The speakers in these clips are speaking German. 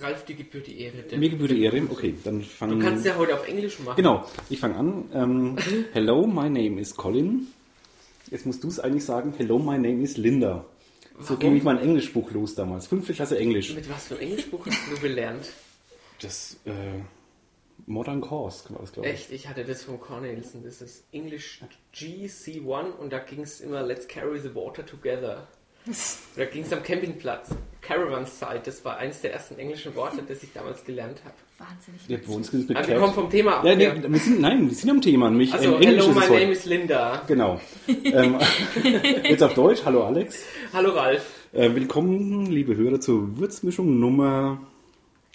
Ralf, dir gebührt die Ehre. Mir gebührt die Ehre. Okay, dann Du fangen kannst ja heute auf Englisch machen. Genau, ich fange an. Ähm, hello, my name is Colin. Jetzt musst du es eigentlich sagen. Hello, my name is Linda. So Warum? ging ich mein Englischbuch los damals. Fünfte Klasse Englisch. Mit was für einem Englischbuch hast du gelernt? Das äh, Modern Cause war das, glaube ich. Echt, ich hatte das von Cornelison. Das ist English GC1 und da ging es immer Let's Carry the Water Together. Und da ging es am Campingplatz. Caravan Side, das war eines der ersten englischen Worte, das ich damals gelernt habe. Wahnsinnig. Der wohnt mit Aber Also wir kommen vom Thema ab. ja, nee, ja. Wir sind, nein, wir sind am Thema. Nämlich Also, ähm, Englisch hello, ist my es heute. name is Linda. Genau. ähm, jetzt auf Deutsch. Hallo, Alex. Hallo Ralf. Äh, willkommen, liebe Hörer, zur Würzmischung Nummer...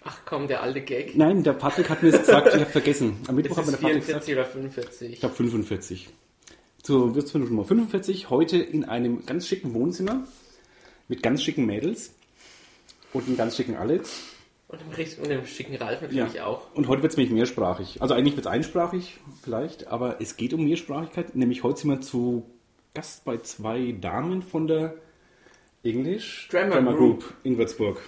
Ach komm, der alte Gag. Nein, der Patrick hat mir das gesagt. Ich habe vergessen. Am Mittwoch Das hat mir ist der Patrick gesagt. 44 oder Ich 45. glaube 45. Zur Würzmischung Nummer 45. Heute in einem ganz schicken Wohnzimmer mit ganz schicken Mädels und einem ganz schicken Alex. Und dem, richt- und dem schicken Ralf natürlich auch. Und heute wird es nämlich mehrsprachig. Also eigentlich wird es einsprachig vielleicht, aber es geht um Mehrsprachigkeit. Nämlich heute sind wir zu Gast bei zwei Damen von der English Drama in Würzburg.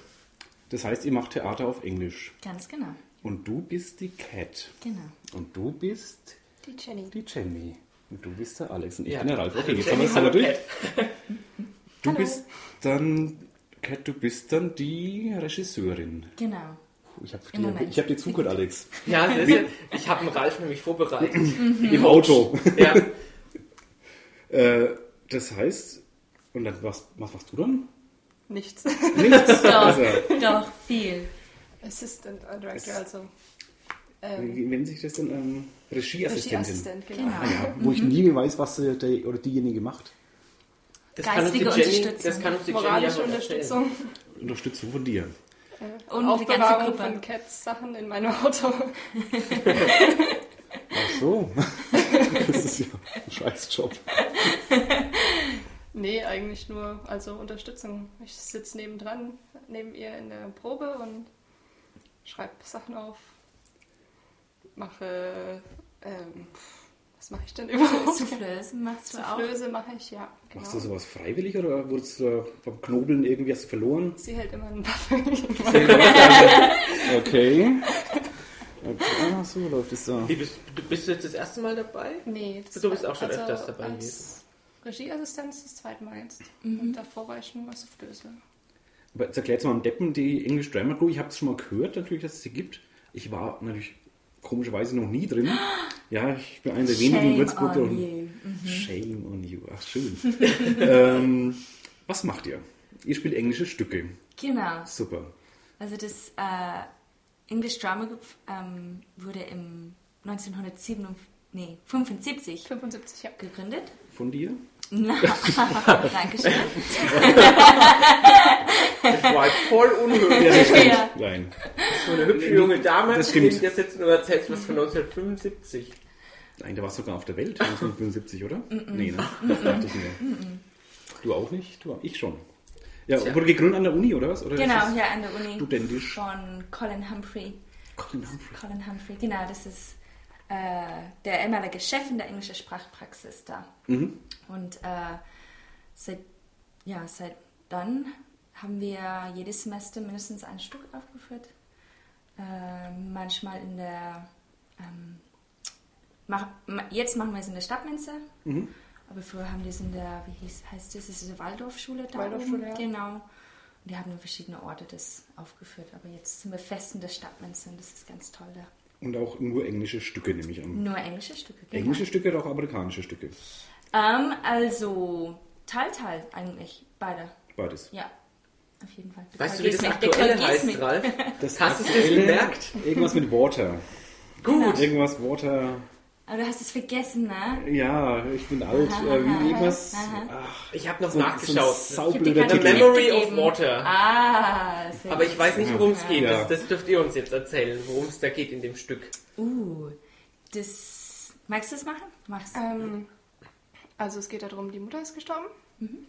Das heißt, ihr macht Theater auf Englisch. Ganz genau. Und du bist die Cat. Genau. Und du bist Die Jenny. Die Jenny. Und du bist der Alex und ich Ja. bin der Ralf. Okay, jetzt Jenny, haben wir es aber hallo, durch. Cat. Du Hallo. bist dann, Kat, du bist dann die Regisseurin. Genau. Puh, Ich habe Im dir, Moment. ich hab dir zugehört, Alex. Ja, das ist, ja- ich habe einen Ralf nämlich vorbereitet. Im Auto. ja. äh, das heißt, und dann was, was machst du dann? Nichts. Nichts. Doch, also, doch, viel. Assistant äh, Director, Es- also. Ähm, wie nennt sich das denn? Ähm, Regieassistentin. Regieassistent, genau. Genau. Ah, ja, wo ich nie weiß, was der, der oder diejenige macht. Das Geistige kann uns die Jenny, Unterstützung. das kann uns die Jenny Moralische aber erzählen. Unterstützung. Unterstützung von dir. Und die ganze Aufbewahrung Gruppe. von Cats Sachen in meinem Auto. Ach so. das ist ja ein Scheißjob. Nee, eigentlich nur, also Unterstützung. Ich sitze nebendran, neben ihr in der Probe und schreibe Sachen auf. Mache, ähm, was mache ich denn überhaupt? Soufflösen machst du auch. Soufflöse mache ich, ja, genau. Machst du sowas freiwillig oder wurdest du da beim Knobeln irgendwie hast du verloren? Sie hält immer einen Waffel. Okay. okay. Ach so, läuft es da. Wie bist, du bist du jetzt das erste Mal dabei? Nee, das Du bist auch schon also öfters dabei als gewesen. Regieassistenz das zweite Mal jetzt. Mhm. Und davor war ich schon mal Soufflöse. Aber jetzt erklär jetzt mal am Deppen die English Drama Crew. Ich habe es schon mal gehört, natürlich, dass es sie gibt. Ich war natürlich komischerweise noch nie drin. Ja, ich bin einer der wenigen Shame Würzburger. on und- you. Mhm. Shame on you. Ach, schön. ähm, was macht ihr? Ihr spielt englische Stücke. Genau. Super. Also das äh, English Drama Group ähm, wurde im 1975 nee, 75 75, ja. gegründet. Von dir? Na, Dankeschön. Das war halt voll unhöflich. Ja, das stimmt. Ja. Nein. So eine hübsche junge Dame, Das stimmt. die das jetzt nur erzählst, was von 1975. Nein, da warst du sogar auf der Welt, 1975, oder? nee, ne? Das dachte ich mir. Du auch nicht? Du, auch- ich schon. Ja, Tja. wurde gegründet an der Uni, oder was? Oder ist genau, das- hier an der Uni studentisch. von Colin Humphrey. Colin Humphrey. Colin Humphrey, genau, das ist äh, der ehemalige Chef in der englischen Sprachpraxis da. Mhm. Und äh, seit, ja, seit dann haben wir jedes Semester mindestens ein Stück aufgeführt. Äh, manchmal in der, ähm, mach, ma- jetzt machen wir es in der Stadtminze. Mhm. Aber früher haben wir es in der, wie hieß, heißt das, ist diese Waldorfschule da Waldorfschule, oben? ja. Genau. Und die haben verschiedene Orte das aufgeführt. Aber jetzt sind wir fest in der Stadtminze und das ist ganz toll da. Und auch nur englische Stücke, nehme ich an. Nur englische Stücke. genau. Englische Stücke oder auch amerikanische Stücke? Ähm, also, Teil, Teil eigentlich. Beide. Beides. Ja, auf jeden Fall. Weißt du, wie das Dekolletés mit- aktuelle Dekolletés heißt, mit- Ralf? Das Hast du es dir aktuelle- gemerkt? Irgendwas mit Water. Gut. Genau. Irgendwas Water. Aber du hast es vergessen, ne? Ja, ich bin alt. Aha, Äh, wie irgendwas. aha. Ach, Ich habe noch so- nachgeschaut. So Ich hab dir saublöder gerade The einen Tipp Titel. Memory gegeben. of Water. Ah, sehr Aber gut. ich weiß nicht, worum es geht. Ja. Das, das dürft ihr uns jetzt erzählen, worum es da geht in dem Stück. Uh, das. Magst du das machen? Mach's. Ähm, also es geht darum, die Mutter ist gestorben Mhm.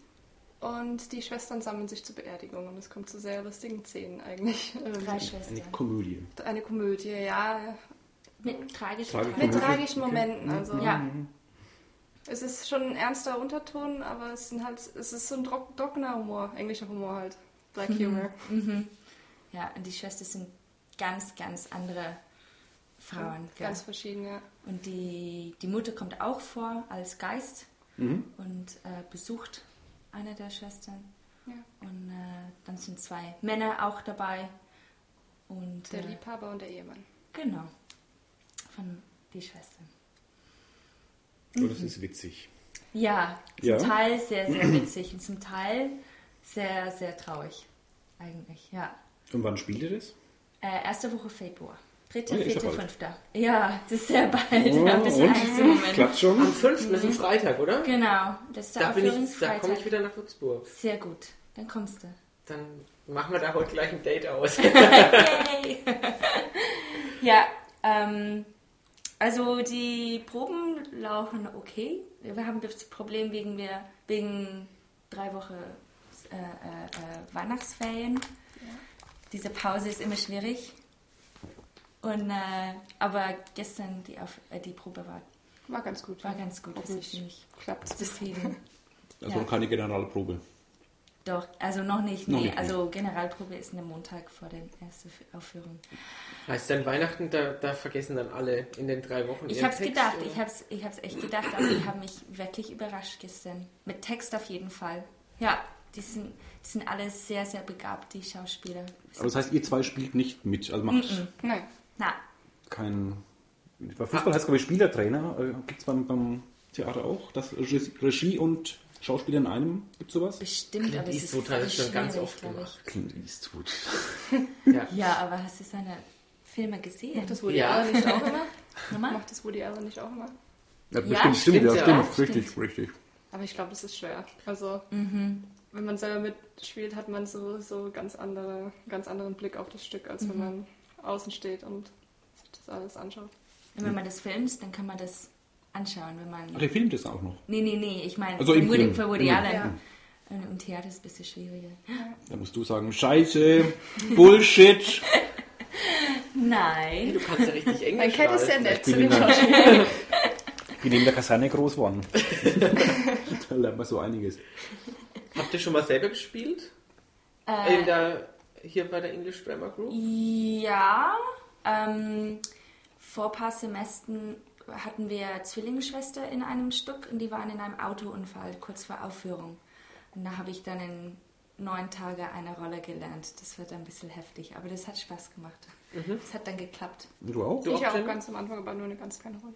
und die Schwestern sammeln sich zur Beerdigung und es kommt zu sehr lustigen Szenen eigentlich. Ähm, Drei Eine Schwestern. Komödie. Eine Komödie, ja, Mit tragischen Tragikomödie. mit Dramen. tragischen Momenten. Also Mhm. Ja, es ist schon ein ernster Unterton, aber Mhm. es sind halt, es ist so ein trock- trockener Humor, englischer Humor halt, Black Humor. Ja, und die Schwestern sind ganz, ganz andere Frauen. gell? Ganz verschieden, ja. Und die, die Mutter kommt auch vor als Geist Mhm. und äh, besucht eine der Schwestern. ja. Und äh, dann sind zwei Männer auch dabei. Und Der äh, Liebhaber und der Ehemann. Genau. Von die Schwestern. Oh, das ist witzig. Ja, zum Ja. Teil sehr, sehr witzig und zum Teil sehr, sehr traurig. Eigentlich, ja. Und wann spielt ihr das? Äh, erste Woche Februar. Dritte, Oh ja, ist ja vierte, bald. Oh, fünfte. Ja, das ist sehr bald. ja, ein bisschen und? Angst im Moment. Klappt Am schon? 5. ist Mhm. ein Freitag, oder? Genau, das ist der Da, bin ich, da komme Aufführungsfreitag. ich wieder nach Würzburg. Sehr gut, dann kommst du. Dann machen wir da heute gleich ein Date aus. Yay! ja, ähm, also die Proben laufen okay. Wir haben das Problem wegen, wir, wegen drei Wochen äh, äh, äh, Weihnachtsferien. Diese Pause ist immer schwierig. Und, äh, aber gestern die, Auf äh, die Probe war, War ganz gut. war ganz gut. Also bin Hoffentlich ich klappt es. zufrieden. Also Ja. keine generale Probe. Doch, also noch nicht. Noch Nee, nicht, nee. also Generalprobe ist eine Montag vor der ersten Aufführung. Heißt dann Weihnachten, da, da vergessen dann alle in den drei Wochen Ich ihren hab's Text, gedacht, oder? ich hab's, ich hab's echt gedacht, aber die haben mich wirklich überrascht gestern. Mit Text auf jeden Fall. Ja, die sind, die sind alle sehr, sehr begabt, die Schauspieler. Aber das heißt, ihr zwei spielt nicht mit. Also macht Nein. Na, keinen. Bei Fußball heißt es, glaube ich, Spielertrainer. Gibt es beim, beim Theater auch? Das Regie Regie und Schauspieler in einem? Gibt es sowas? bestimmt, aber es ist Eastwood hat voll es schon ganz schwierig, oft glaub ich. gemacht. Clint Eastwood. Ja. Ja, aber hast du seine Filme gesehen? Macht das Woody Ja. Allen nicht auch immer? Nochmal? Macht das Woody Allen nicht auch immer? Ja, stimmt, ja, ja, richtig, richtig. Aber ich glaube, das ist schwer. Also, Mhm. wenn man selber mitspielt, hat man so, so ganz, andere, ganz anderen Blick auf das Stück, als wenn Mhm. man außen steht und sich das alles anschaut. Und wenn man das filmt, dann kann man das anschauen, wenn man... Ach, der filmt das auch noch. Nee, nee, nee, ich meine, Also im Woody, Film. für Woody Ja. Allen. Ja. Und Im Theater ist es ein bisschen schwieriger. Da musst du sagen, Scheiße, Bullshit. Nein. Du kannst ja richtig Englisch Mein Cat ist sehr schreiben. bin nett zu den in der- Schauspielern. Ich bin in der Kaserne groß geworden. da lernt man so einiges. Habt ihr schon mal selber gespielt? Äh. In der, hier bei der English Grammar Group? Ja, ähm, vor ein paar Semestern hatten wir Zwillingsschwester in einem Stück und die waren in einem Autounfall kurz vor Aufführung. Und da habe ich dann in neun Tagen eine Rolle gelernt. Das war dann ein bisschen heftig, aber das hat Spaß gemacht. Das hat dann geklappt. Und du auch? Du Ich auch, auch Jenny? ganz am Anfang, aber nur eine ganz kleine Rolle.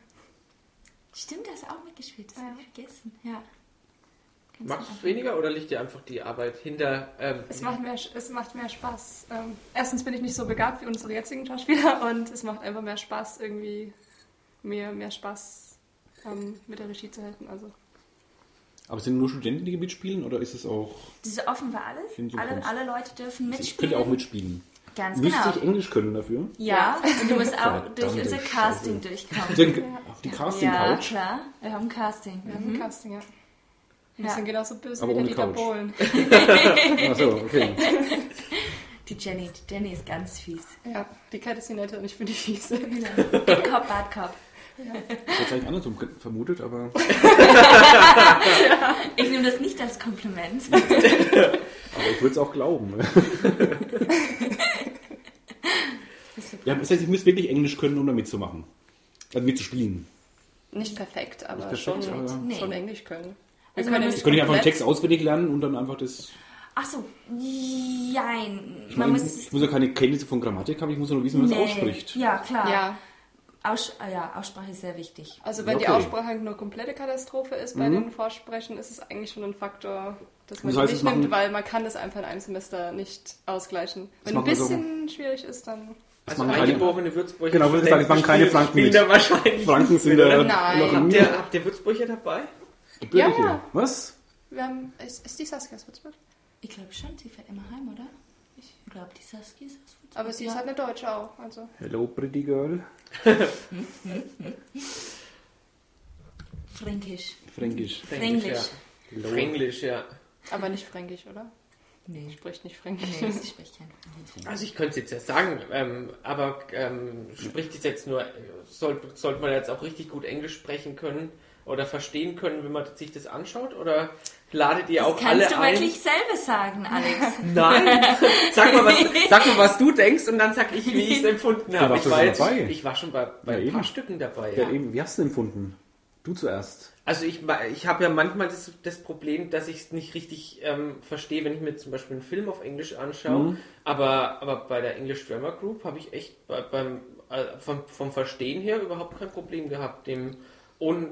Stimmt, das auch mitgespielt, das Ja. habe ich vergessen. Ja. Ganz Magst du am es weniger oder liegt dir einfach die Arbeit hinter? Ähm, Es macht mehr, es macht mehr Spaß. Ähm, erstens bin ich nicht so begabt wie unsere jetzigen Schauspieler und es macht einfach mehr Spaß, irgendwie mir mehr Spaß ähm, mit der Regie zu helfen. Also, Aber sind nur Studenten, die mitspielen oder ist es auch. Anfang. Das ist offen für Find alles. ich Alle, ganz- alle Leute dürfen mitspielen. Also Ich könnte auch mitspielen. Ganz Müsste genau. ich Englisch können dafür? Ja, und du musst auch Verdammte durch unser Scheiße. Casting durchkommen. Dann auf die Casting Ja, Couch. klar. Wir haben Casting. wir haben ein Casting, ja. Und Mhm. Ja. Die sind genauso böse Aber wie der ohne Dieter Couch. Bohlen. Achso, okay. Die Jenny, die Jenny ist ganz fies. Ja, die Cat ist die nette und ich bin die fiese. Good Cop, Bad Cop. Ich hätte eigentlich andersrum ge- vermutet, aber. Ich nehme das nicht als Kompliment. Aber ich würde es auch glauben. ja, das heißt, ich müsste wirklich Englisch können, um da mitzumachen. Also mitzuspielen. Nicht perfekt, aber Nicht perfekt, schon, aber- Nee. schon Englisch können. Wir Also man können ja muss- Ich nicht könnte nicht einfach einen komplett- Text auswendig lernen und dann einfach das. Ach so, jein. Ich, Man meine, muss... ich muss ja keine Kenntnisse von Grammatik haben, ich muss ja nur wissen, wie man es Nee. ausspricht. Ja, klar. Ja, Aus, ah ja, Aussprache ist sehr wichtig. also wenn die Okay. Mhm. Aussprache eine komplette Katastrophe ist bei den Vorsprechen, ist es eigentlich schon ein Faktor, dass Das man die heißt, nicht es machen- nimmt, weil man kann das einfach in einem Semester nicht ausgleichen. Wenn ein machen wir so. bisschen schwierig ist, dann... Das also machen keine- eingeborene Würzburger. Genau, wollte ich sagen, es machen keine Franken spielen mit. da wahrscheinlich. Franken sind da Nein. noch Habt nie ihr, habt ihr Würzburger dabei? gebürtig. Ja, ja. Was? Wir haben, ist, ist die Saskia aus Würzburg? Ich glaube schon, sie fährt immer heim, oder? Ich glaube, die Saskia ist aus Würzburg. Aber sie ist halt eine Deutsche auch. Also. Hello, pretty girl. Fränkisch. Fränkisch. Fränkisch. Ja. Fränkisch, ja. Aber nicht fränkisch, oder? Mhm. Nee. Spricht nicht fränkisch. Nee, sie spricht kein Fränkisch. Also ich könnte es jetzt ja sagen, ähm, aber ähm, spricht es jetzt nur, äh, soll, sollte man jetzt auch richtig gut Englisch sprechen können oder verstehen können, wenn man sich das anschaut? Oder ladet ihr auch alle Kannst du ein. wirklich selber sagen, Alex? Nein. Sag mal, was, sag mal, was du denkst und dann sag ich, wie ich es empfunden habe. Ich warst doch war, schon jetzt, dabei. ich war schon bei, bei Ja, ein paar eben. Stücken dabei. Ja, eben, wie hast du denn empfunden? Du zuerst. Also ich, ma- ich habe ja manchmal das, das Problem, dass ich es nicht richtig ähm, verstehe, wenn ich mir zum Beispiel einen Film auf Englisch anschaue. Aber, aber bei der English Drama Group habe ich echt bei, beim, äh, vom, vom Verstehen her überhaupt kein Problem gehabt, dem ohne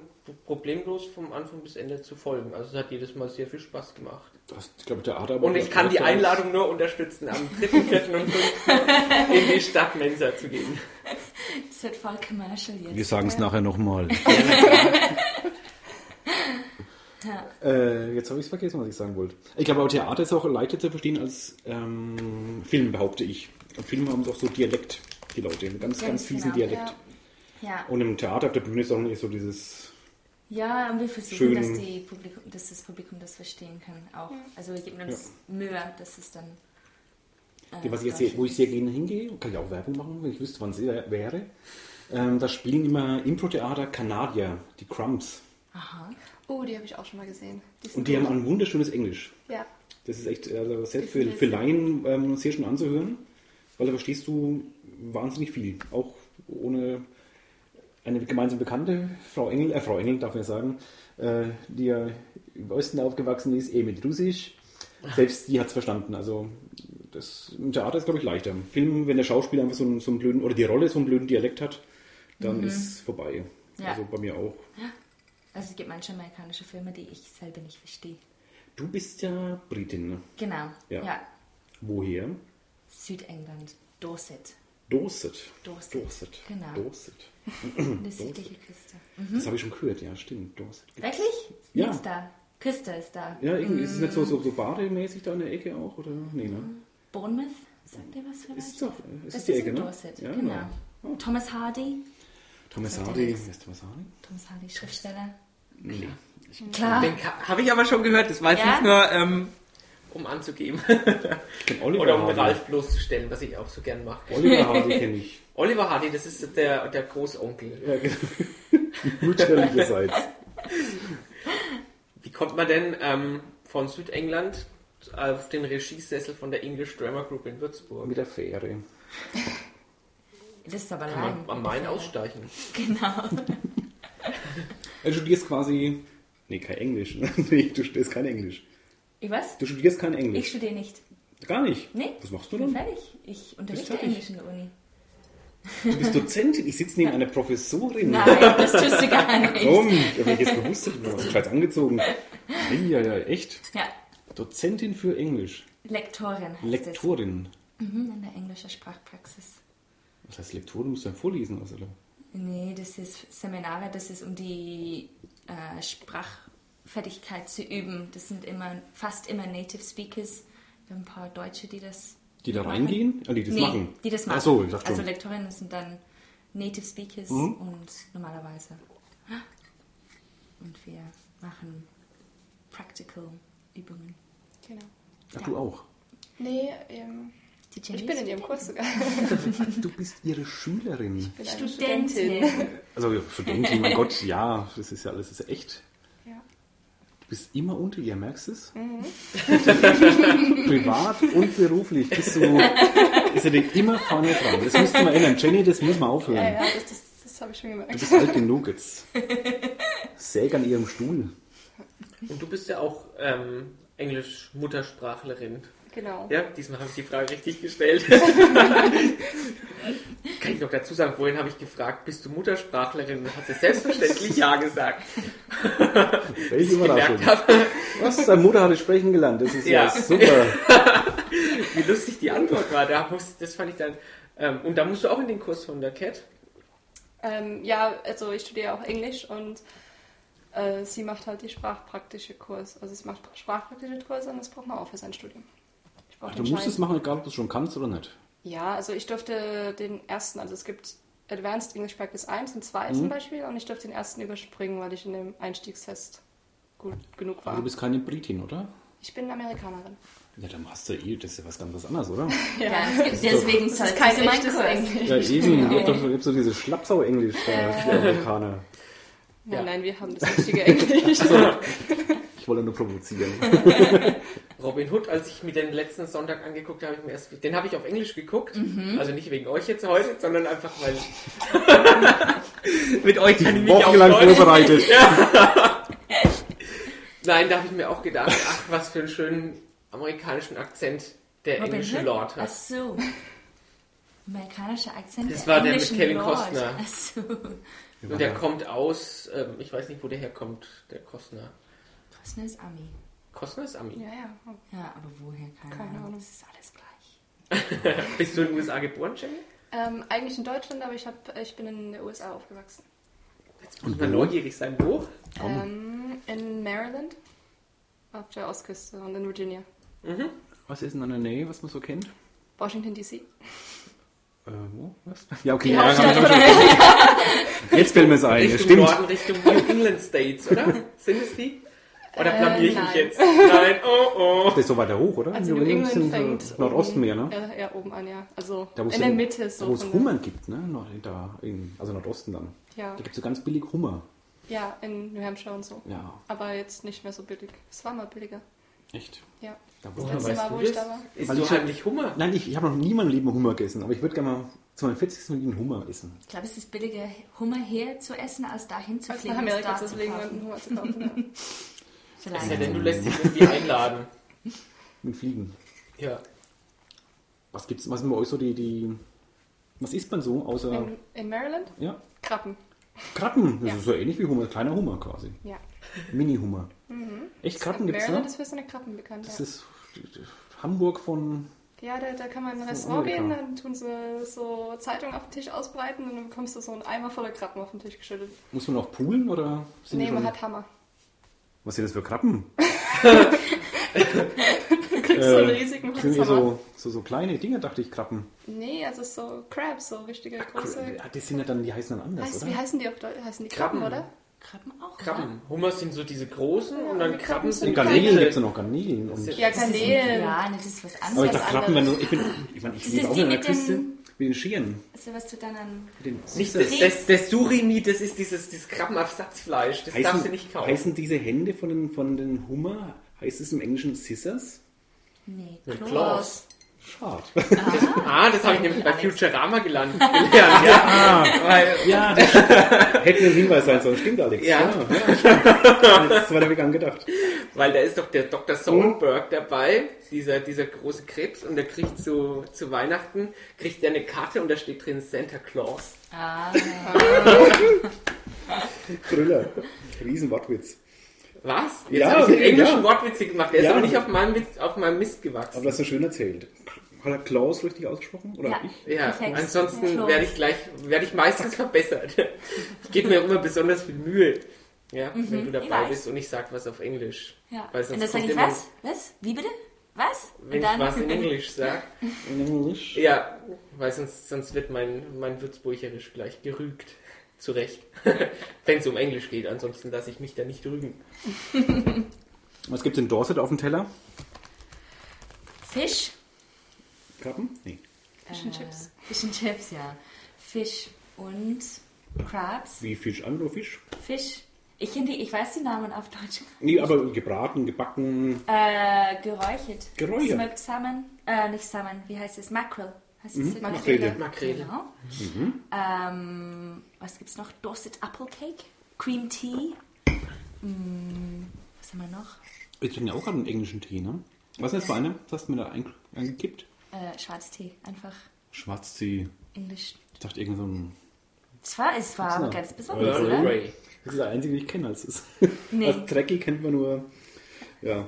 problemlos vom Anfang bis Ende zu folgen. Also es hat jedes Mal sehr viel Spaß gemacht. Das ist, glaube ich, der Art aber. Und ich kann die Einladung nur unterstützen, am 3., 4. und 5. in die Stadt Mensa zu gehen. Das wird voll commercial jetzt. Wir sagen es nachher nochmal. Ja. Äh, jetzt habe ich es vergessen, was ich sagen wollte. Ich glaube, aber Theater ist auch leichter zu verstehen als ähm, Film, behaupte ich. Und Filme haben doch so Dialekt, die Leute. Einen ganz, Ganz ganz fiesen genau, Dialekt. Ja. Und im Theater auf der Bühne ist auch nicht so dieses. ja, und wir versuchen, Schön. dass, die Publikum, dass das Publikum das verstehen kann auch. Also wir geben uns Mühe, dass es dann... äh, was ich jetzt sehr, wo ich sehr gerne hingehe, kann ich auch Werbung machen, wenn ich wüsste, wann es wäre. Ähm, da spielen immer Impro-Theater Kanadier, die Crumbs. Aha. Oh, die habe ich auch schon mal gesehen. Die sind Und die haben gut. ein wunderschönes Englisch. Ja. Das ist echt, also selbst Ist für, für Laien ähm, sehr schön anzuhören, weil da verstehst du wahnsinnig viel. Auch ohne eine gemeinsame Bekannte, Frau Engel, äh, Frau Engel darf man ja sagen, äh, die ja im Osten aufgewachsen ist, eh mit Russisch. Selbst die hat es verstanden. Also das im Theater ist, glaube ich, leichter. Im Film, wenn der Schauspieler einfach so einen, so einen blöden, oder die Rolle so einen blöden Dialekt hat, dann ist vorbei. Ja. Also bei mir auch. Also es gibt manche amerikanische Filme, die ich selber nicht verstehe. Du bist ja Britin. ne? Genau. Ja. Woher? Südengland. Dorset. Dorset. Dorset. Dorset. Genau. Dorset. Hm, Eine südliche Küste. Mhm. Das habe ich schon gehört, ja, stimmt. Dorset. Wirklich? Ja. Ist Mhm. da. Küste ist da. Ja, irgendwie ist es nicht so, so, so bademäßig da in der Ecke auch, oder? Nee, Mhm. ne? Bournemouth, sagt ihr was vielleicht? Ist es doch. äh, Ist das es die ist Ecke, in ne? Dorset, Ja, genau. Oh. Thomas Hardy, Thomas Sagt er Hardy. nichts. Wer ist Thomas Hardy? Thomas Hardy, Schriftsteller. Nee. Klar. Den habe ich aber schon gehört, das war jetzt Ja? nicht nur, ähm, um anzugeben. Ich kenne Oliver Oder um Hardy. Ralf bloßzustellen, was ich auch so gern mache. Oliver Hardy kenne ich. Oliver Hardy, das ist der, der Großonkel. Ja, genau. Mütterlicherseits. Wie kommt man denn ähm, von Südengland auf den Regiesessel von der English Drama Group in Würzburg? Mit der Fähre. Das ist aber Kann lang. man am Main aussteichen. Genau. Du studierst quasi. Nee, kein Englisch. ne? nee, du studierst kein Englisch. Ich was? Du studierst kein Ich Englisch. studiere nicht. Gar nicht. Nee. Was machst du ich bin dann? fertig. Ich unterrichte fertig? Englisch in der Uni. Du bist Dozentin. Ich sitze neben einer Professorin. Nein, das tust du gar nicht. Warum? Ja, wenn ich jetzt gewusst hätte, du hast gescheit angezogen. Ja, ja, echt? Ja, Dozentin für Englisch. Lektorin heißt Lektorin. es. Mhm, in der englischen Sprachpraxis. Was heißt Lektorin? Musst du dann vorlesen, was, oder? Nee, das ist Seminare, das ist um die äh, Sprachfertigkeit zu üben. Das sind immer fast immer Native Speakers. Wir haben ein paar Deutsche, die das Die da machen. reingehen? Ah, die das nee, machen. Die das machen. Ach so, ich dachte also schon. Mhm. Lektorinnen sind dann Native Speakers und normalerweise. Und wir machen Practical Übungen. Genau. Ach, du auch. Nee, ähm, Die Jenny ich bin in ist ihrem Kurs sogar. Du bist ihre Schülerin. Ich bin eine Studentin. Also ja, Studentin, mein Gott, ja, das ist ja alles das ist echt. Ja. Du bist immer unter ihr, merkst du es? Mhm. Privat und beruflich bist du, ist ja dir immer vorne dran. Das musst du mal ändern. Jenny, das muss mal aufhören. Ja, ja, das, das, das habe ich schon Du gemerkt. bist alt genug jetzt. Säg an ihrem Stuhl. Und du bist ja auch ähm, Englisch-Muttersprachlerin. Genau. Ja, diesmal habe ich die Frage richtig gestellt. Kann ich noch dazu sagen, vorhin habe ich gefragt, bist du Muttersprachlerin? Und hat sie selbstverständlich Ja gesagt. Welche Überraschung. gemerkt habe, Was? Deine Mutter hatte sprechen gelernt. Das ist ja, Ja. super. wie lustig die Antwort war. Da muss, das fand ich dann. Ähm, und da musst du auch in den Kurs von der Cat. Ähm, ja, also ich studiere auch Englisch und äh, sie macht halt die sprachpraktische Kurs. Also sie macht sprachpraktische Kurse und das braucht man auch für sein Studium. Ich brauche Du den musst Schein. es machen, egal ob du es schon kannst oder nicht. Ja, also ich durfte den ersten, also es gibt Advanced English Practice 1 und 2 Mhm. zum Beispiel und ich durfte den ersten überspringen, weil ich in dem Einstiegstest gut genug Aber war. du bist keine Britin, oder? Ich bin Amerikanerin. Ja, dann machst du eh, das ist ja was ganz was anderes, oder? Ja, es gibt- deswegen ist soll es kein so mein echtes Kurs. Englisch. Ja, eben. Ihr habt doch ihr habt so dieses Schlappsau-Englisch da, die Amerikaner. Nein, Ja. nein, wir haben das richtige Englisch. Also, ich Ich wollte nur provozieren. Robin Hood, als ich mir den letzten Sonntag angeguckt habe, ich mir erst, den habe ich auf Englisch geguckt. Also nicht wegen euch jetzt heute, sondern einfach weil mit euch kann ich mich auch Wochenlang freuen. vorbereitet. Nein, da habe ich mir auch gedacht, ach, was für einen schönen amerikanischen Akzent der Robin englische Hood? Lord Ach hat. so. Amerikanischer Akzent. Das war der mit englischen Kevin Lord. Costner. Ach so. Und der kommt aus, ähm, ich weiß nicht, wo der herkommt, der Kostner. Costner ist Ami. Kostner ist Ami. Ja, ja. Ja, aber woher? Keine, Keine Ahnung. Ahnung. Das ist alles gleich. Bist du in den USA geboren, Jenny? Ähm, eigentlich in Deutschland, aber ich, hab, ich bin in den USA aufgewachsen. Jetzt muss man neugierig sein. Wo? Ähm, in Maryland, auf der Ostküste und in Virginia. Was ist denn an der Nähe, was man so kennt? Washington, D.C. Äh, wo? Was? Ja, okay. Die Ja, Hauptstadt kann man schon- Jetzt fällt mir es ein. Richtung Das stimmt. Norden, Richtung New England States, oder? Sind es die? Oder Äh, blamier ich mich nein. jetzt? Nein, oh oh. Das ist so weiter hoch, oder? Also New New England England Ah, sind fängt so Nordosten oben- mehr, ne? Ja, ja, oben an, ja. Also Da, wo es in der den- Mitte so. Wo es von der- Hummer gibt, ne? Nord- Da in, also Nordosten dann. Ja. Da gibt es so ganz billig Hummer. ja, in New Hampshire und so. Ja, Aber jetzt nicht mehr so billig. Es war mal billiger. echt. Ja. Da Woher wohnt man. letzte Mal, wo ich da war. Ist Weil du ich hab- heimlich Hummer? Nein, ich, ich habe noch nie in meinem Leben Hummer gegessen, aber ich würde gerne mal zu meinem 40. Mal einen Hummer essen. Ich glaube, es ist billiger, Hummer hier zu essen, als dahin zu Als fliegen. nach und es Amerika da zu fliegen und kaufen. einen Hummer zu kaufen. Ist ja Vielleicht. denn, du lässt dich irgendwie einladen. Mit Fliegen. Ja. Was gibt's, was sind bei euch so die, die, was isst man so Ja. außer, In, in Maryland? ja, Krabben. Krabben. Das Ja. ist so ähnlich wie Hummer, kleiner Hummer quasi. Ja. Mini-Hummer. Echt, Krabben gibt's Maryland da? Mhm. ist für seine Krabben bekannt. Das ja, ist Hamburg von, ja da, da kann man in ein Das ist Restaurant gehen, Amerika. dann tun sie so Zeitungen auf den Tisch ausbreiten und dann bekommst du so einen Eimer voller Krabben auf den Tisch geschüttet. muss man auch poolen oder sind die nee, man schon- hat Hammer. Was sind das für Krabben? Du kriegst so einen Äh, riesigen Sind eher Holzhammer. so, so, so kleine Dinge, dachte ich, Krabben. Nee, also so Crabs, so richtige große. Ah, Die sind ja dann, die heißen dann anders, Heißt, oder? wie heißen die auf Deutsch? Heißen die Krabben, Krabben. oder? Krabben auch. Krabben. Hummer sind so diese großen Ja, und dann und die Krabben Krabben sind sind Garnelen diese- gibt es ja noch, Garnelen. Und, sind- Ja, Das ist Garnelen. ja, das ist was Also aber ich anderes. das dachte, Krabben wären nur, ich bin, ich meine, ich Das lebe ist auch die in der mit Küste. dem- Mit den Scheren. Also, was du dann an. Mit den Nicht Scissors. das, das, das Surimi, das ist dieses, dieses Krabbenabsatzfleisch. Das darfst du nicht kaufen. heißen diese Hände von den, von den Hummer, heißt es im Englischen Scissors? Nee, Mit Kloß. Claws. Schad. ah, das habe ich nämlich bei Futurama gelernt. gelernt ja. Weil, Ja, das hätte ein Hinweis sein sollen. Stimmt, Alex. Ja. ja. Das war der Weg angedacht. Weil da ist doch der Dr. Hm? Soulberg dabei, dieser, dieser große Krebs, und der kriegt zu, zu Weihnachten, kriegt er eine Karte und da steht drin Santa Claus. Ah, Thriller. Riesenwortwitz. Was? Jetzt Ja, habe ich einen ja. englischen Wortwitze gemacht, der ist Ja. aber nicht auf meinem, Witz- auf meinem Mist gewachsen. Aber das ist so schön erzählt. Hat er Klaus richtig ausgesprochen? Oder ja. ich? Ja, Perfekt. ansonsten Kloß. werde ich gleich, werde ich meistens verbessert. Ich gebe mir immer besonders viel Mühe. Ja, wenn du Mhm. ich dabei weiß. bist und ich sag was auf Englisch. Ja. Weil sonst Und dann sage kommt ich, immer, was? Was? Wie bitte? Was? Wenn ich was in Englisch sag. In Englisch? Ja, weil sonst, sonst wird mein, mein Würzburgerisch gleich gerügt. Zu Recht. Wenn es um Englisch geht, ansonsten lasse ich mich da nicht rügen. Was gibt's in Dorset auf dem Teller? Fisch. Krabben? Nee. Fish and Chips. Fish and Chips, ja. Fisch und Crabs. Wie Fisch, anderer Fisch? Fisch. Ich, kenn die, ich weiß die Namen auf Deutsch. Nee, aber gebraten, gebacken. Äh, geräuchert. Geräuchert. Smoked Salmon. Äh, nicht Salmon. Wie heißt es? Mackerel. Heißt Mhm. es Makrele. Makrele. Genau. Mhm. Ähm, was gibt's noch? Dorset Apple Cake. Cream Tea. Mm, was haben wir noch? Wir trinken ja auch gerade einen englischen Tee, ne? Was ist das für eine? Was hast du mir da ein- eingekippt? Äh, Schwarztee. Einfach Schwarztee. Englisch. Ich dachte, irgend so ein. Es war, es war aber noch? ganz besonders, Also, Earl oder? Grey. Das ist der einzige, den ich kenne. Als, ist. Nee. als Trekkie kennt man nur. Ja,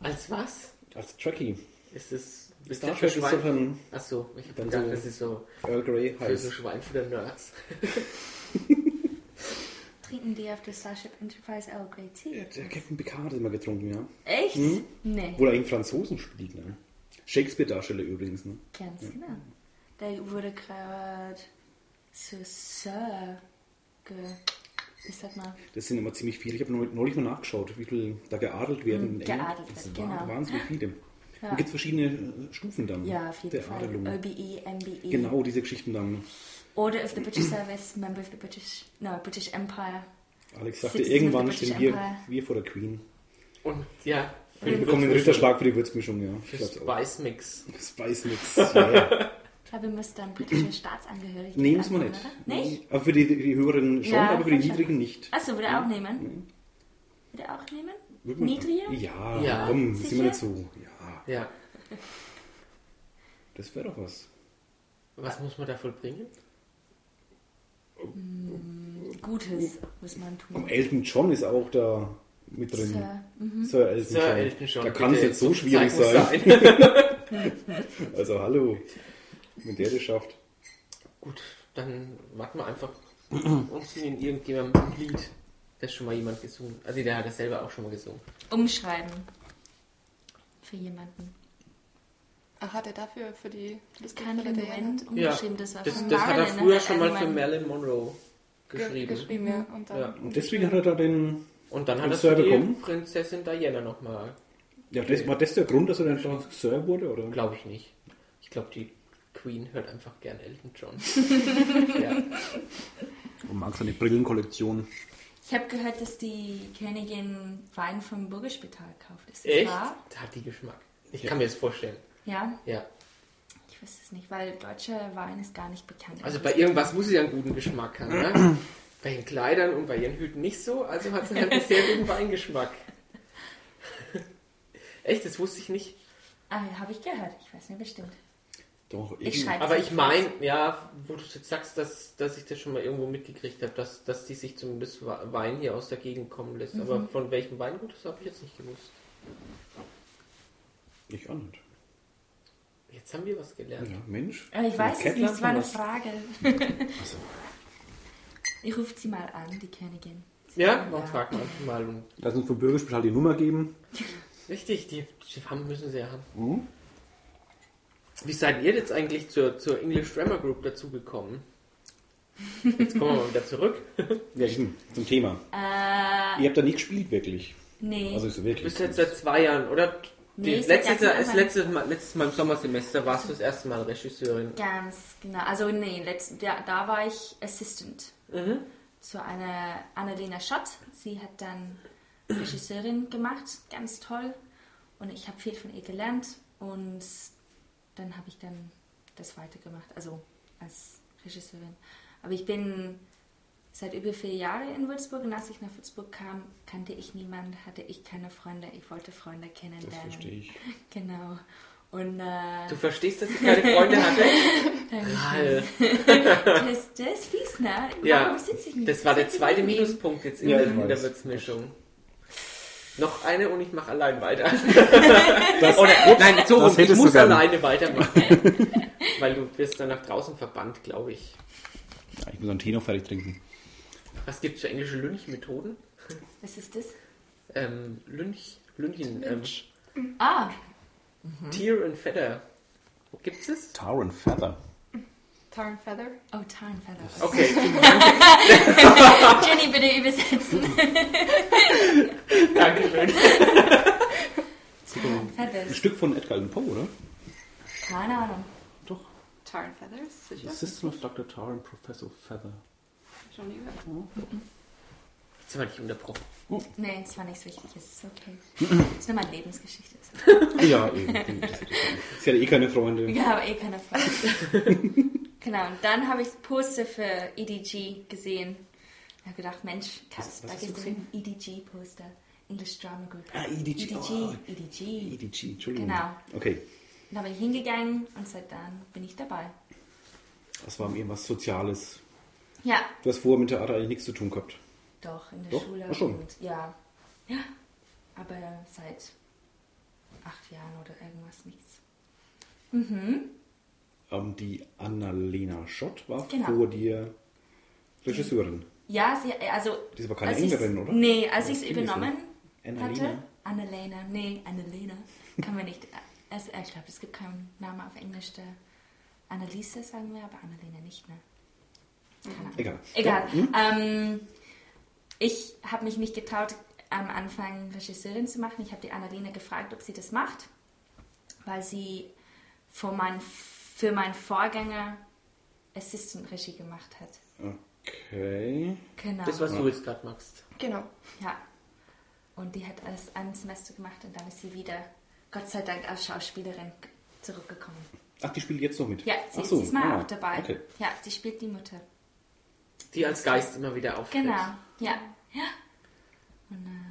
Als was? als Trekkie. Ist das. Ist Star das Trek für ist doch Schwein? ein Achso, ich habe dann gedacht, so- das ist so Earl Grey für so heiß. Schweinfutter Nerds. Trinken die auf der Starship Enterprise Earl Grey Tea? Der Captain Picard hat immer getrunken, ja. Echt? Nee. Mhm. Wo er einen Franzosen spielt, ne? Shakespeare-Darsteller übrigens, ne? Ganz genau. Der wurde gerade zu Sir ge... Ich sag mal, Das sind immer ziemlich viele. Ich habe neu- neulich mal nachgeschaut, wie viel da geadelt werden. in England. Hm, das geadelt wird, sind wa- genau. wahnsinnig viele. Ja. Und gibt es verschiedene äh, Stufen dann ja, auf jeden der Fall. E, Adelung. OBE, MBE. Genau diese Geschichten dann. Order of the British Service, Member of the British... No, British Empire. Alex sagte, Citizen of the irgendwann British stehen wir, Empire. wir vor der Queen. Und ja, für Wir die bekommen den Würzmischung. Ritterschlag für die Würzmischung, ja. Ich Für glaub's auch. Spice-Mix. Das weiß nichts. Ja. Ich glaube, ihr müsst dann britische Staatsangehörige Nee, muss man nicht. anfangen, Oder? Nicht? Aber für die, die höheren schon, Ja, aber für die schon. Also niedrigen nicht. Achso, würde er auch nehmen? Würde er auch nehmen? Wird man- Niedriger? Ja, Ja. komm, sind Sicher? wir nicht so. Ja, Ja. das wäre doch was. Was muss man da vollbringen? Gutes muss man tun. Komm, Elton John ist auch da mit drin. Sir, Sir, mhm. Elton Sir John. Elton John. Da kann es bitte, jetzt so zeig schwierig uns sein. sein. Also hallo, wenn der das schafft. Gut, dann warten wir einfach und singen irgendjemandem ein Lied, das schon mal jemand gesungen Also der hat das selber auch schon mal gesungen. Umschreiben. Für jemanden. Ach, hat er dafür für die Liste Kein für die Moment umgeschrieben, das war das, von das hat er Marilyn, ne? früher schon mal für Marilyn. Marilyn Monroe geschrieben. geschrieben. geschrieben ja. Und dann Ja. Und deswegen hat er da den. Und dann hat Und er Sir für die bekommen? Prinzessin Diana nochmal. Ja, das, war das der Grund, dass er dann schon Sir wurde, oder? Glaube ich nicht. Ich glaube, die Queen hört einfach gern Elton John. ja. Und mag seine Brillenkollektion. Ich habe gehört, dass die Königin Wein vom Burgespital kauft. Ist das Echt? wahr? Da hat die Geschmack. Ich kann mir das vorstellen. Ja, Ja. ich weiß es nicht, weil deutscher Wein ist gar nicht bekannt. Also bei irgendwas muss sie ja einen guten Geschmack haben. Ne? bei ihren Kleidern und bei ihren Hüten nicht so, also hat sie halt einen sehr guten Weingeschmack. Echt, das wusste ich nicht. Ah, habe ich gehört. Ich weiß nicht bestimmt. Doch, Ich irgend- schreibe Aber ich meine, ja, wo du jetzt sagst, dass, dass ich das schon mal irgendwo mitgekriegt habe, dass, dass die sich zumindest Wa- Wein hier aus der Gegend kommen lässt. Aber von welchem Weingut, das habe ich jetzt nicht gewusst. Ich auch nicht. Jetzt haben wir was gelernt. Ja, Mensch. Aber Äh, ich Von weiß es Kettler nicht, es war eine von was? Frage. Also, Ich rufe sie mal an, die Königin. Ja, man fragt manchmal. Und Lass uns vom Bürgerspital die Nummer geben. richtig, die, die haben müssen sie ja haben. Hm? Wie seid ihr jetzt eigentlich zur, zur English Grammar Group dazugekommen? Jetzt kommen wir mal wieder zurück. Ja, stimmt. Zum Thema. Äh, Ihr habt da nicht gespielt, wirklich. nee. Also, ist Du wirklich. bist jetzt seit zwei Jahren, oder? Nee, Die- ich seit letztes, Jahr- Jahr, das letzte mal, letztes Mal im Sommersemester warst du das erste Mal Regisseurin. Ganz genau. Also nee, letzt, da, da war ich Assistant Mhm. zu einer Annalena Schott. Sie hat dann Regisseurin gemacht, ganz toll. Und ich habe viel von ihr gelernt und dann habe ich dann das weitergemacht, also als Regisseurin. Aber ich bin seit über vier Jahren in Würzburg und als ich nach Würzburg kam, kannte ich niemanden, hatte ich keine Freunde. Ich wollte Freunde kennenlernen. Das verstehe ich. Genau. Und äh, Du verstehst, dass ich keine Freunde hatte? Ralf. Das, das ist fies, ne? Warum Ja, sitze ich nicht? das war der Sitze ich zweite neben ihm? Minuspunkt jetzt in Ja, der ich weiß. Wiederwürzmischung. Noch eine und ich mache allein weiter. Das- Oder, nein, so das rum, ich hättest du muss gern. alleine weitermachen. Weil du wirst dann nach draußen verbannt, glaube ich. Ja, ich muss einen Tee noch fertig trinken. Was gibt es für englische Lynch-Methoden? Was ist das? Ähm, Lynch, Lynchen, ähm, Ah, Tear and Feather. Gibt's es? Tar and Feather. Tar and Feather. oh, Tarnfeather. Okay, Jenny, bitte übersetzen. danke schön. Ein Feathers. Stück von Edgar Allan Poe, oder? Keine Ahnung. Doch. Tar and Feathers, sicher. The System of Dr. Tar and Professor Feather. Schon nie gehört. Jetzt sind wir nicht unterbrochen. Nee, es war nichts Wichtiges. Ist okay. ist nur meine Lebensgeschichte. Ja, eben. Sie hat eh keine Freunde. Ich habe eh keine Frage. genau, und dann habe ich das Poster für EDG gesehen. Ich habe gedacht, Mensch, Was- was Katz, da hast du gibt es ein EDG-Poster. English Drama Group. E Ah, EDG. EDG, Oh. EDG. EDG, Entschuldigung. Genau. Okay. Und da bin ich hingegangen und seit dann bin ich dabei. Das war eben was Soziales. Ja, Du hast vorher mit Theater eigentlich nichts zu tun gehabt. Doch, in der Doch? Schule. Ach schon. Und, ja. ja. Aber seit acht Jahren oder irgendwas nichts. Ähm, die Annalena Schott war Genau. vor dir Regisseurin. Ja, sie, also. Die ist aber keine als ich's- Engländerin, oder? Nee, als Oder ich es ist die übernommen so? Annalena? hatte. Annalena. Nee, Annalena. Kann man nicht. Also, ich glaube, es gibt keinen Namen auf Englisch, der Anneliese sagen wir, aber Annalena nicht, ne? Egal. Egal. hm? Ähm, ich habe mich nicht getraut, am Anfang Regisseurin zu machen. Ich habe die Annalena gefragt, ob sie das macht, weil sie für, mein, für meinen Vorgänger Assistant-Regie gemacht hat. Okay. Genau. Das, was du jetzt gerade machst. Genau. ja. Und die hat alles ein Semester gemacht und dann ist sie wieder, Gott sei Dank, als Schauspielerin zurückgekommen. Ach, die spielt jetzt noch mit? Ja, sie Ach ist so, diesmal ah, auch dabei. Okay. Ja, sie spielt die Mutter. Die als Geist immer wieder auftritt. Genau, ja. ja. Und äh,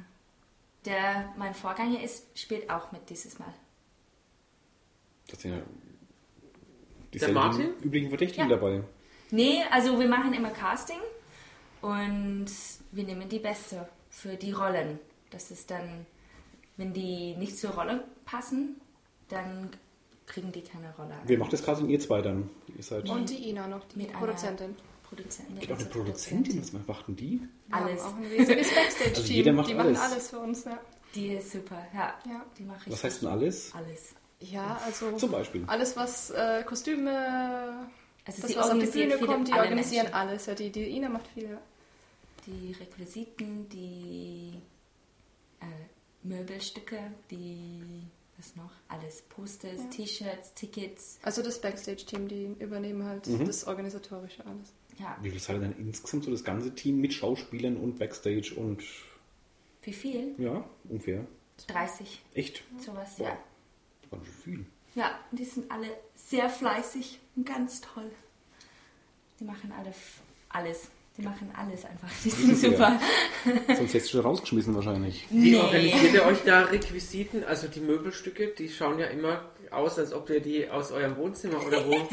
der, mein Vorgänger ist, spielt auch mit dieses Mal. Das sind ja Der Martin? üblichen Verdächtigen Ja. dabei. Nee, also wir machen immer Casting und wir nehmen die Beste für die Rollen. Das ist dann, wenn die nicht zur Rolle passen, dann kriegen die keine Rolle. Wer macht das Casting? Ihr zwei dann. Ihr seid Und die Ina noch, die Mit einer- Produzentin. Produzenten. Also geht auch eine Produzentin, was machen die? Wir haben Alles. Auch ein riesiges Also jeder Backstage-Team. macht die machen alles. alles für uns, ja. Die ist super, ja. Ja. Die mache ich. Was heißt denn alles? alles? Ja, also Zum Beispiel. alles, was äh, Kostüme, Also das, sie was auf die organisiert Bühne viele- kommt, die alle organisieren Menschen. alles. Ja, die, die Ina macht viel. Die Requisiten, die äh, Möbelstücke, die. Was noch? Alles. Posters, Ja. T-Shirts, Tickets. Also das Backstage-Team, die übernehmen halt Mhm. das Organisatorische alles. Ja. Wie viel seid ihr denn insgesamt so das ganze Team mit Schauspielern und Backstage und Wie viel? ja, ungefähr. 30. Echt? Mhm. Sowas, Wow. ja. Das war schon viel. Ja, und die sind alle sehr fleißig und ganz toll. Die machen alle f- alles. Die machen alles einfach. Die sind sind super. Sonst hättest du schon rausgeschmissen wahrscheinlich. Wie Nee. organisiert ihr euch da Requisiten? Also die Möbelstücke, die schauen ja immer aus, als ob ihr die aus eurem Wohnzimmer oder wo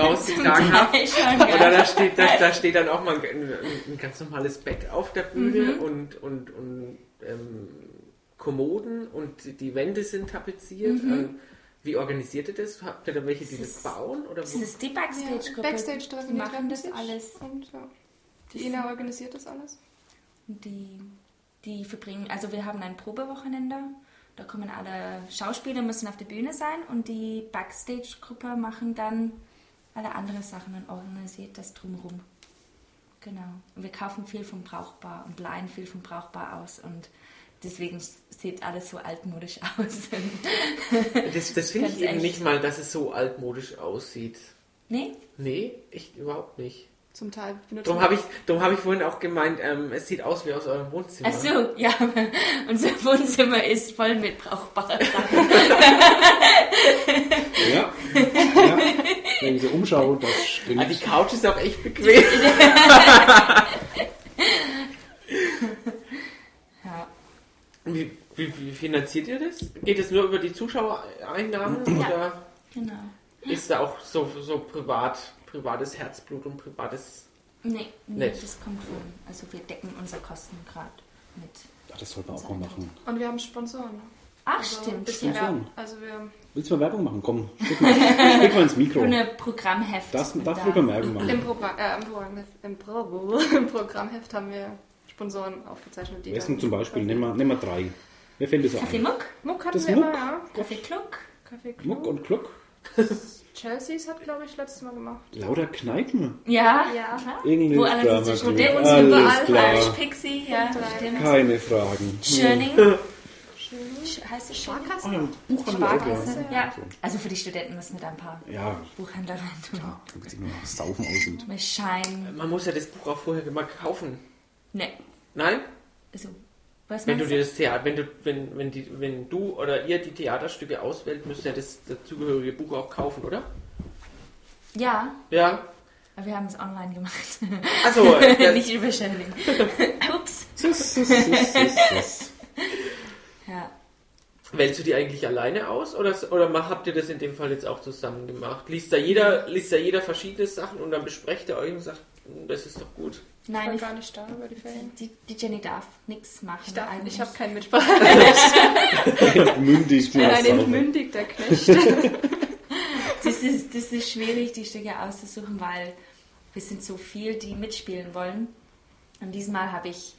rausgetragen habt. Ich schon, Oder ja. da steht, da, da steht dann auch mal ein, ein, ein ganz normales Bett auf der Mhm. Bühne und, und, und ähm, Kommoden und die- die Wände sind tapeziert. Ähm, wie organisiert ihr das? Habt ihr da welche, die Mhm. Das das ist- bauen? Oder Das wo? ist die Backstage-Gruppe. Backstage-Treffen, die machen das treffen sich alles. Und, ja. Die Ina organisiert das alles. Und Die, die verbringen, also wir haben ein Probewochenende. Da kommen alle Schauspieler, müssen auf der Bühne sein und die Backstage-Gruppe machen dann alle andere Sachen und organisiert das drumherum. Genau. Und wir kaufen viel vom Brauchbar und leihen viel vom Brauchbar aus und deswegen sieht alles so altmodisch aus. Das, das finde Ganz ich eben echt. nicht mal, dass es so altmodisch aussieht. nee? Nee, echt überhaupt nicht. Zum Teil benutzt Darum habe ich, drum hab ich vorhin auch gemeint, ähm, es sieht aus wie aus eurem Wohnzimmer. Ach so, ja. Unser Wohnzimmer ist voll mit brauchbaren Sachen. Ja. ja. Wenn ich so umschaue, das stimmt. Also Ah, die Couch ist auch echt bequem. Ja. Wie, wie, wie finanziert ihr das? Geht es nur über die Zuschauereinnahmen Ja. oder Genau. ist da auch so, so privat, privates Herzblut und privates. Nee, nee, Nicht. das kommt von. Also wir decken unsere Kosten gerade mit. Ach, Ah, das sollte man auch mal machen. Und wir haben Sponsoren. Ach, Also Ein stimmt. bisschen Ja. Sponsoren. mehr. Also wir, Willst du mal Werbung machen? Komm, schick mal, schick mal ins So Mikro. eine Programmheft. Das, Und das da- wird man Werbung im, machen. Programm, äh, im, Programm, im, Pro im Programmheft haben wir Sponsoren aufgezeichnet. Die Wer ist dann- denn zum Beispiel? Nimm mal, nimm mal drei. Wer fällt dir so Kaffee ein? Muck, Muck hatten Das wir Muck? immer, ja. Kaffee Kluck. Kaffee Klo. Muck und Kluck. Chelsea's hat, glaube ich, letztes Mal gemacht. Lauter Kneipen. Ja, Ja. klar. Englisch, Wo alles Drama ist Group. Studenten Alles überall. klar. Hm. Irish Pixie, ja, stimmt. Keine Fragen. Schöning, Schön. Sch- heißt es Schöning? Oh, Sparkasse? ja, Buchhandel auch, Sparkasse. ja. Ja, also für die Studenten müssen wir da ein paar Ja, Buchhändler rein tun. ja, damit sie nur noch saufen aus sind. Mit Schein. Man muss ja das Buch auch vorher immer kaufen. Ne, Nein? also, was Wenn du meinst dir das Theater, wenn du, wenn, wenn, die, wenn du oder ihr die Theaterstücke auswählt, müsst ihr das dazugehörige Buch auch kaufen, oder? Ja, Ja. aber wir haben es online gemacht. Also, Nicht über Schöning. Ups. Sis, sis, sis, sis, sis. Ja. Wählst du die eigentlich alleine aus oder, oder ma- habt ihr das in dem Fall jetzt auch zusammen gemacht? Liest da jeder, liest da jeder verschiedene Sachen und dann besprecht ihr euch und sagt, "Hm, das ist doch gut. Ich Nein, war ich, gar nicht da über die Ferien. die, die Jenny darf nichts machen. Also Ich darf eigentlich. ich habe keinen Mitsprache. Mündig, Ich bin ein Saufen. entmündigter Knecht. Das ist, das ist schwierig, die Stücke auszusuchen, weil wir sind so viel, die mitspielen wollen. Und diesmal habe ich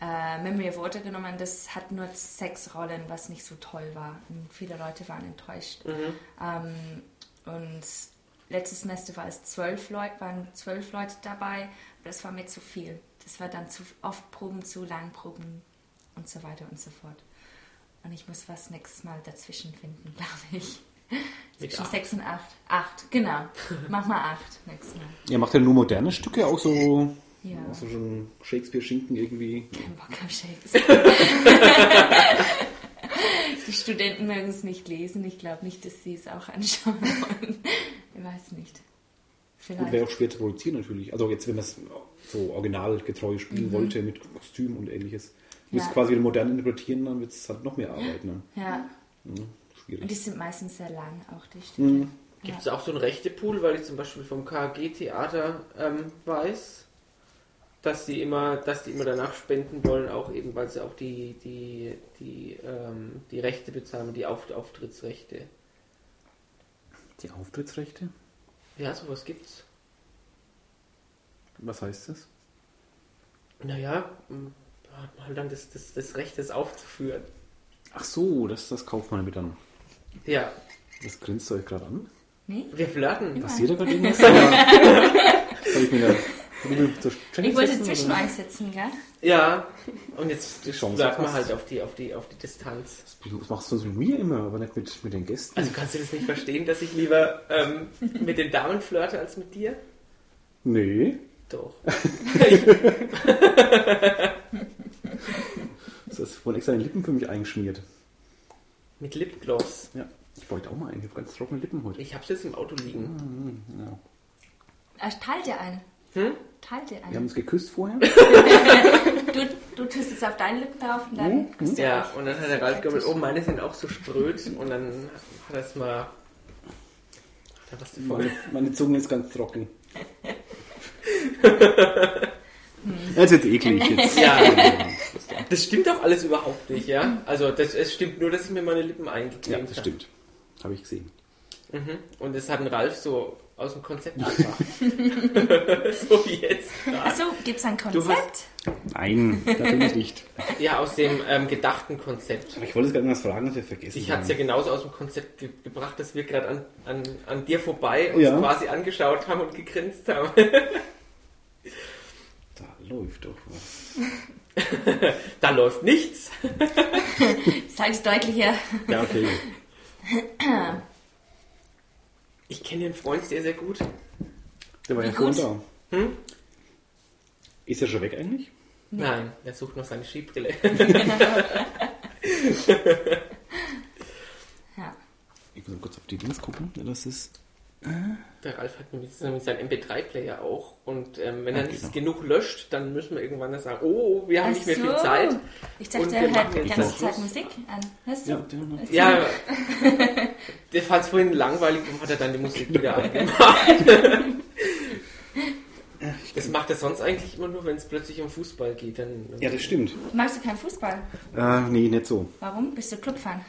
äh, Memory of Water genommen. Das hat nur sechs Rollen, was nicht so toll war. Und viele Leute waren enttäuscht. Mhm. Ähm, und letztes Semester war es zwölf Leute, waren zwölf Leute dabei. Aber das war mir zu viel. Das war dann zu oft Proben, zu lang Proben und so weiter und so fort. Und ich muss was nächstes Mal dazwischen finden, glaube ich. Mit Zwischen acht. 6 und 8. 8, genau. Mach mal 8 nächstes Mal. Ja, macht er nur moderne Stücke, auch so Ja. Hast du schon Shakespeare-Schinken irgendwie? Kein Bock auf Shakespeare. Die Studenten mögen es nicht lesen. Ich glaube nicht, dass sie es auch anschauen wollen. Ich weiß nicht. Gut, wäre Vielleicht. auch schwer zu produzieren natürlich. Also jetzt, wenn man es so originalgetreu spielen wollte mit Kostüm und ähnliches. Wenn es Mhm. Ja. quasi wieder modern interpretieren, dann wird es halt noch mehr Arbeit. Ne? Ja. Mhm. Und Schwierig. die sind meistens sehr lang, auch die Stücke. Mhm. Gibt es auch so einen Rechtepool, weil ich zum Beispiel vom KG-Theater ähm, weiß, dass die immer, dass die immer danach spenden wollen, auch eben, weil sie auch die, die, die, ähm, die Rechte bezahlen, die Auf Auftrittsrechte. Die Auftrittsrechte? Ja, sowas gibt's. Was heißt das? Naja, m, da hat man halt dann das, das, das Recht, das aufzuführen. Ach so, das, das kauft man mit dann. Ja, Das grinst ihr euch gerade an. Nee? wir flirten. Passiert da gerade irgendwas? Oder Soll ich mir da Rübe zur Stelle Ich wollte setzen, zwischen oder? einsetzen, gell? Ja, und jetzt, jetzt Chance flirten wir verpasst. halt auf die, auf die, auf die Distanz. Das machst du so mit mir immer, aber nicht mit, mit den Gästen. Also kannst du das nicht verstehen, dass ich lieber ähm, mit den Damen flirte als mit dir? nee, Doch. das ist von extra in den Lippen für mich eingeschmiert. Mit Lipgloss. Ja, ich wollte auch mal einen. Ich habe ganz trockene Lippen heute. Ich hab's jetzt im Auto liegen. Mhm. Ja. Ah, Teil dir ein. Hm? Teil dir Wir haben ein. uns geküsst vorher. Du, du tust es auf deine Lippen drauf und dann Mhm. küsst du Ja, dich. und dann hat der Ralf gemeint, oh, meine sind auch so spröd. Und dann hat er es mal. Hat er was davon? Meine, meine Zunge ist ganz trocken. Das ist jetzt eklig. Jetzt. Ja, das stimmt auch alles überhaupt nicht, ja? Also, das, es stimmt nur, dass ich mir meine Lippen ja, eingeklemmt das stimmt. Habe ich gesehen. Mhm. Und das hat ein Ralf so aus dem Konzept gebracht. so wie jetzt. Achso, gibt es ein Du hast- Konzept? Nein, natürlich nicht. Ja, aus dem ähm, gedachten Konzept. Aber ich wollte es gerade noch was fragen, was wir vergessen Ich hatte es ja genauso aus dem Konzept ge gebracht, dass wir gerade an, an, an dir vorbei uns Ja. quasi angeschaut haben und gegrinst haben. Da läuft doch was. Da läuft nichts. Sag's deutlicher. Ja, okay. Ich kenne den Freund sehr, sehr gut. Der war ja Wie vorhin gut. da. Hm? Ist er schon weg eigentlich? Nein, er sucht noch seine Skibrille. Ja. Ich muss mal kurz auf die Dings gucken. ne, Das ist. Der Ralf hat nämlich, nämlich seinen MP3-Player auch. Und ähm, wenn er Ja, nicht genau. genug löscht, dann müssen wir irgendwann dann sagen, oh, wir haben Ach nicht mehr so. viel Zeit. Ich Und dachte, wir er machen hört die jetzt ganze noch Zeit Schluss. Musik an. Hörst du? Ja, der noch. Ja, der fand es vorhin langweilig und hat er dann die Musik wieder angemacht. Das macht er sonst eigentlich immer nur, wenn es plötzlich um Fußball geht. Dann, Ja, das stimmt. Magst du keinen Fußball? Äh, nee, nicht so. Warum? Bist du Clubfan?